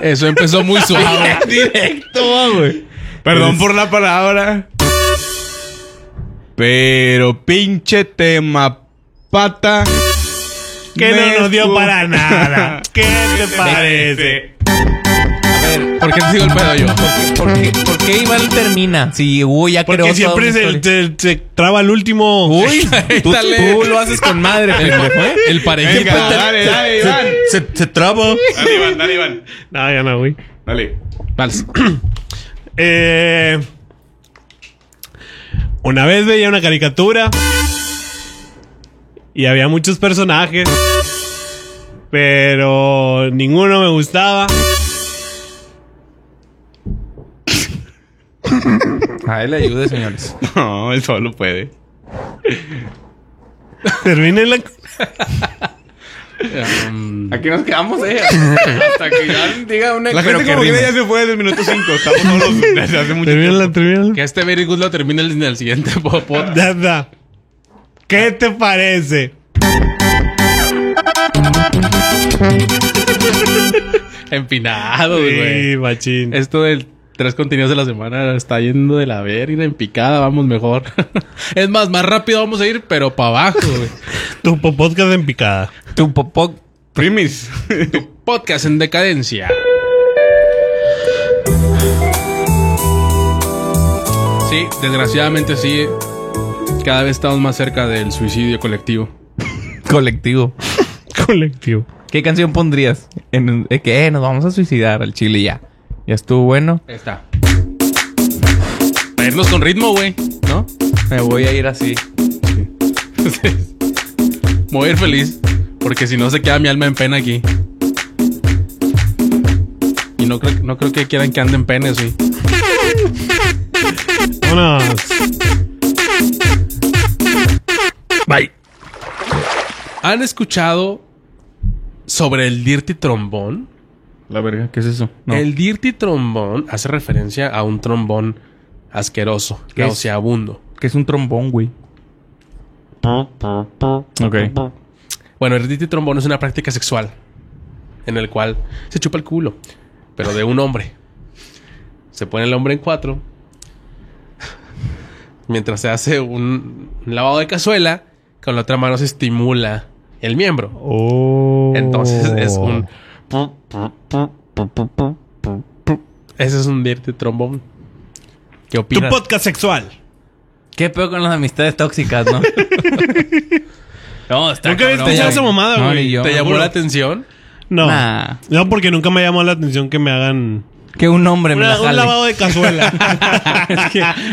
Speaker 1: Eso empezó muy
Speaker 3: (laughs)
Speaker 1: suave.
Speaker 2: Directo, güey. Perdón por la palabra. Pero pinche tema pata.
Speaker 4: Que
Speaker 2: me
Speaker 4: no nos dio
Speaker 2: fu-
Speaker 4: para nada. (laughs) Este, ¿Qué te parece?
Speaker 1: ¿Por qué te digo el pedo yo?
Speaker 3: ¿Por qué, por qué Iván termina? Si Hugo ya
Speaker 4: Porque
Speaker 3: creó toda
Speaker 4: siempre
Speaker 3: una
Speaker 4: se,
Speaker 3: historia.
Speaker 4: se- se traba el
Speaker 3: (laughs)
Speaker 4: último.
Speaker 3: Uy, tú,
Speaker 1: Dale.
Speaker 3: tú lo haces con (laughs) madre, pendejo, ¿eh?
Speaker 1: El parejito.
Speaker 2: Venga, dale, dale, Iván.
Speaker 3: Se, se traba.
Speaker 2: Dale, Iván, dale, Iván.
Speaker 4: (laughs) No, ya no, güey.
Speaker 2: Dale.
Speaker 1: Vals.
Speaker 4: Eh, una vez veía una caricatura y había muchos personajes, pero ninguno me (laughs) gustaba.
Speaker 3: A él le ayude, señores.
Speaker 2: No, él solo puede.
Speaker 4: Terminé la.
Speaker 1: Um,
Speaker 3: Aquí nos quedamos, eh. Hasta que Iván diga una
Speaker 2: La
Speaker 3: pero
Speaker 2: gente como que
Speaker 3: rime.
Speaker 2: ya se fue desde el minuto 5. Estamos (laughs) solos desde hace mucho
Speaker 4: Terminé
Speaker 2: tiempo.
Speaker 4: la. Terminé la.
Speaker 1: que este Very Good lo termine en el siguiente (laughs) po- podcast.
Speaker 4: Ya está. ¿Qué te parece?
Speaker 1: Empinado, güey.
Speaker 4: Sí, machín.
Speaker 1: Esto del tres contenidos de la semana está yendo de la verga en picada. Vamos mejor. (laughs) es más, más rápido vamos a ir, pero para abajo, güey.
Speaker 4: Tu po- podcast en picada.
Speaker 3: Tu popó.
Speaker 2: Primis.
Speaker 1: Podcast en decadencia. Sí, desgraciadamente sí. Cada vez estamos más cerca del suicidio colectivo.
Speaker 3: Colectivo.
Speaker 4: (laughs) Colectivo.
Speaker 3: ¿Qué canción pondrías? En, de que eh, nos vamos a suicidar al chile ya. Ya estuvo bueno.
Speaker 1: Ahí está. Para irnos con ritmo, güey. ¿No?
Speaker 3: Me voy a ir así.
Speaker 1: Mover feliz.
Speaker 6: Porque si no se queda mi alma en pena aquí. Y no creo, no creo que quieran que anden penes, güey.
Speaker 4: Vámonos.
Speaker 1: ¿Han escuchado sobre el Dirty Trombón?
Speaker 2: La verga, ¿qué es eso? No.
Speaker 1: El Dirty Trombón hace referencia a un trombón asqueroso,
Speaker 7: ¿Qué es?
Speaker 1: nauseabundo.
Speaker 7: Que es un trombón, güey.
Speaker 2: Ok.
Speaker 1: Bueno, el Dirty Trombón es una práctica sexual en el cual se chupa el culo, pero de un hombre. Se pone el hombre en cuatro. Mientras se hace un un lavado de cazuela, con la otra mano se estimula el miembro. Oh. Entonces es
Speaker 4: Oh.
Speaker 1: un. Ese es un dirty trombón. ¿Qué
Speaker 4: Tu
Speaker 1: opinas?
Speaker 4: podcast sexual.
Speaker 3: ¿Qué peor con las amistades tóxicas, (laughs) no? no, está
Speaker 4: Nunca había
Speaker 3: cabrón,
Speaker 4: escuchado
Speaker 3: güey.
Speaker 4: esa mamada,
Speaker 3: No,
Speaker 4: güey.
Speaker 3: ni yo.
Speaker 1: ¿Te llamó
Speaker 4: juro.
Speaker 1: la atención?
Speaker 4: No.
Speaker 3: Nah.
Speaker 4: No, porque nunca me llamó la atención que me hagan
Speaker 3: Que un hombre me
Speaker 4: una-
Speaker 3: la
Speaker 4: un
Speaker 3: jale.
Speaker 4: lavado
Speaker 3: (laughs)
Speaker 4: de cazuela.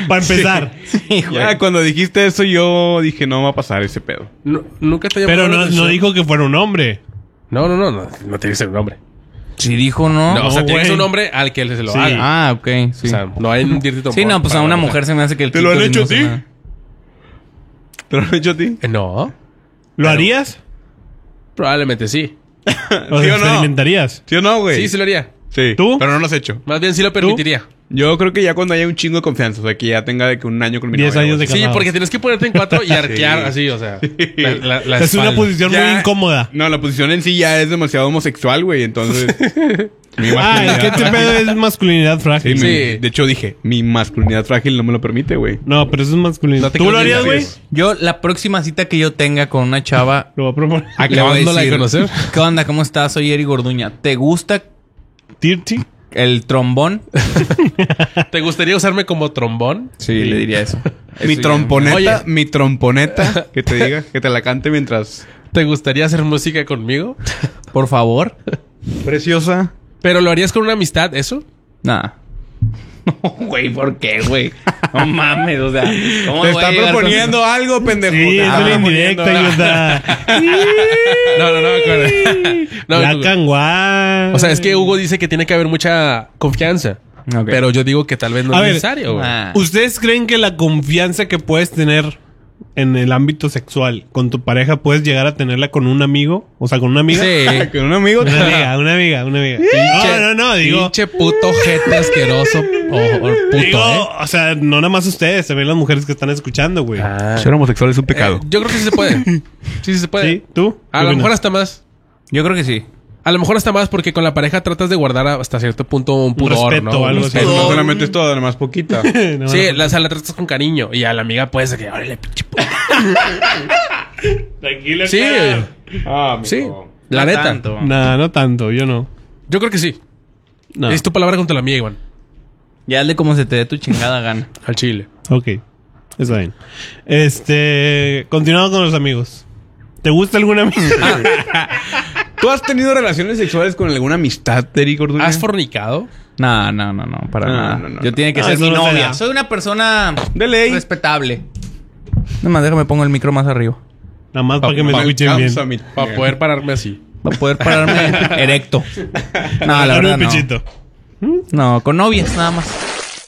Speaker 4: Para empezar.
Speaker 3: Hijo,
Speaker 2: Ya cuando dijiste eso, yo dije, no va a pasar ese pedo.
Speaker 1: No- nunca te llamó
Speaker 4: Pero
Speaker 1: la
Speaker 4: no,
Speaker 1: atención.
Speaker 4: no dijo que fuera un hombre.
Speaker 1: No, no, no, no. No tiene que ser un hombre.
Speaker 3: Si dijo no.
Speaker 1: No, o sea, tiene que ser un
Speaker 4: güey.
Speaker 1: hombre al que se lo
Speaker 4: Sí.
Speaker 1: haga.
Speaker 3: Ah, ok. Sí.
Speaker 1: O sea, no hay un dirty trombón.
Speaker 3: sí, no, pues a
Speaker 1: para
Speaker 3: una
Speaker 1: la
Speaker 3: mujer se me hace que el
Speaker 2: ¿Te lo han
Speaker 3: clítoris
Speaker 2: hecho
Speaker 3: no
Speaker 2: a
Speaker 3: hace
Speaker 2: ti?
Speaker 3: nada.
Speaker 2: ¿Te lo han hecho a ti?
Speaker 1: Eh, No,
Speaker 4: ¿Lo harías?
Speaker 1: probablemente sí.
Speaker 4: ¿O
Speaker 2: ¿Sí
Speaker 4: sea,
Speaker 2: o no?
Speaker 4: experimentarías?
Speaker 2: ¿Sí o no, güey?
Speaker 1: Sí, sí lo haría.
Speaker 2: Sí.
Speaker 4: ¿Tú?
Speaker 2: Pero no lo has hecho.
Speaker 1: Más bien sí lo permitiría.
Speaker 2: Yo creo que ya cuando haya un chingo de confianza, o sea, que ya tenga de que un año con mi
Speaker 4: Diez
Speaker 2: novia,
Speaker 4: años
Speaker 2: güey.
Speaker 4: de
Speaker 1: Sí,
Speaker 4: Claro.
Speaker 1: porque tienes que ponerte en cuatro y arquear así, o sea. la- la- la
Speaker 4: es una
Speaker 1: espalda.
Speaker 4: posición
Speaker 2: Ya-
Speaker 4: muy incómoda.
Speaker 2: No, la posición en sí ya es demasiado homosexual, güey. (laughs) Entonces. mi
Speaker 4: Ah, es que
Speaker 2: masculinidad
Speaker 4: este pedo es masculinidad
Speaker 2: Sí,
Speaker 4: frágil.
Speaker 2: mi-
Speaker 1: Sí.
Speaker 2: de hecho dije, mi masculinidad frágil no me lo permite, güey.
Speaker 4: No, pero eso es masculinidad.
Speaker 1: No te
Speaker 4: ¿Tú lo
Speaker 1: creo que
Speaker 4: harías, güey?
Speaker 1: digas.
Speaker 3: Yo, la próxima cita que yo tenga con una (laughs) chava.
Speaker 4: Lo voy a proponer.
Speaker 1: Acabándola de conocer.
Speaker 3: (laughs) ¿Qué onda? ¿Cómo estás? Soy Eri Gorduña. ¿Te gusta
Speaker 4: (laughs) Tirti.
Speaker 3: el trombón?
Speaker 1: ¿Te gustaría usarme como trombón?
Speaker 3: Sí, le diría eso.
Speaker 2: mi
Speaker 3: Eso
Speaker 2: tromponeta, mi tromponeta, que te diga, que te la cante mientras.
Speaker 1: ¿Te gustaría hacer música conmigo?
Speaker 3: ya. Por favor.
Speaker 2: Preciosa.
Speaker 1: ¿Pero lo harías con una amistad, eso?
Speaker 3: Nada. (laughs) No, güey, ¿por qué, güey? No mames, o sea. ¿cómo
Speaker 2: Te
Speaker 3: voy a
Speaker 2: está
Speaker 3: llegar con-
Speaker 2: proponiendo algo, pendejo. Ah,
Speaker 4: Sí,
Speaker 2: Te
Speaker 4: es
Speaker 2: está
Speaker 4: una
Speaker 2: proponiendo
Speaker 4: indirecta,
Speaker 2: algo.
Speaker 4: ayuda.
Speaker 1: No, no, no. con- (laughs) no,
Speaker 4: La
Speaker 1: Hugo.
Speaker 4: canguá.
Speaker 1: o sea, es que Hugo dice que tiene que haber mucha confianza.
Speaker 3: Ok.
Speaker 1: Pero yo digo que tal vez no
Speaker 4: A
Speaker 1: es
Speaker 4: ver,
Speaker 1: necesario. güey.
Speaker 3: Ah.
Speaker 4: ¿Ustedes creen que la confianza que puedes tener en el ámbito sexual con tu pareja puedes llegar a tenerla con un amigo? O sea, con una amiga.
Speaker 1: Sí.
Speaker 2: Con un amigo.
Speaker 4: (laughs) Una amiga, una amiga, una amiga. No, no, no, digo.
Speaker 1: Pinche puto jete asqueroso. O, o puto,
Speaker 4: digo,
Speaker 1: ¿eh?
Speaker 4: o sea, no nada más ustedes, también las mujeres que están escuchando, güey.
Speaker 1: Ah.
Speaker 2: Ser homosexual es un pecado.
Speaker 1: Eh, yo creo que sí se puede. Sí, sí se puede.
Speaker 4: ¿Sí? ¿Tú?
Speaker 1: A
Speaker 4: ¿Qué
Speaker 1: lo
Speaker 4: opinas?
Speaker 1: mejor hasta más.
Speaker 3: Yo creo que sí.
Speaker 1: A lo mejor hasta más porque con la pareja tratas de guardar hasta cierto punto un pudor,
Speaker 4: respeto
Speaker 1: ¿no?
Speaker 4: o algo
Speaker 1: Un
Speaker 4: así.
Speaker 2: Pero
Speaker 1: respeto.
Speaker 2: no solamente es todo, nomás poquita.
Speaker 4: (laughs) No,
Speaker 1: Sí,
Speaker 4: no.
Speaker 1: la, o sea, la tratas con cariño. Y a la amiga puedes que, órale, pinche puto.
Speaker 4: Tranquila,
Speaker 1: Sí,
Speaker 4: cara.
Speaker 2: Ah,
Speaker 1: sí. La
Speaker 3: No
Speaker 1: neta.
Speaker 3: tanto.
Speaker 4: Nah, no tanto, yo no.
Speaker 1: Yo creo que sí.
Speaker 4: No.
Speaker 1: Es tu palabra contra la mía, Iván.
Speaker 3: Ya hazle como se te dé tu chingada gana.
Speaker 1: Al chile.
Speaker 4: Ok, está bien. Este, continuamos con los amigos. ¿Te gusta alguna amiga?
Speaker 3: Ah.
Speaker 2: ¿Tú has tenido relaciones sexuales con alguna amistad, Terry Gordura?
Speaker 1: ¿Has fornicado?
Speaker 3: No, no, no, no, para
Speaker 2: No,
Speaker 3: nada.
Speaker 2: no, no,
Speaker 3: Yo
Speaker 2: no.
Speaker 3: tiene que
Speaker 4: No,
Speaker 3: ser
Speaker 4: eso
Speaker 3: mi
Speaker 4: no se
Speaker 3: novia.
Speaker 4: da.
Speaker 3: Soy una persona
Speaker 2: De ley.
Speaker 3: respetable. Nada más déjame pongo el micro más arriba.
Speaker 4: Nada más para que me escuchen bien.
Speaker 1: Para poder pararme así.
Speaker 3: Para poder (laughs) pararme erecto. No, la
Speaker 4: Dame
Speaker 3: verdad
Speaker 4: un
Speaker 3: no.
Speaker 4: pichito.
Speaker 3: No, con novias nada más.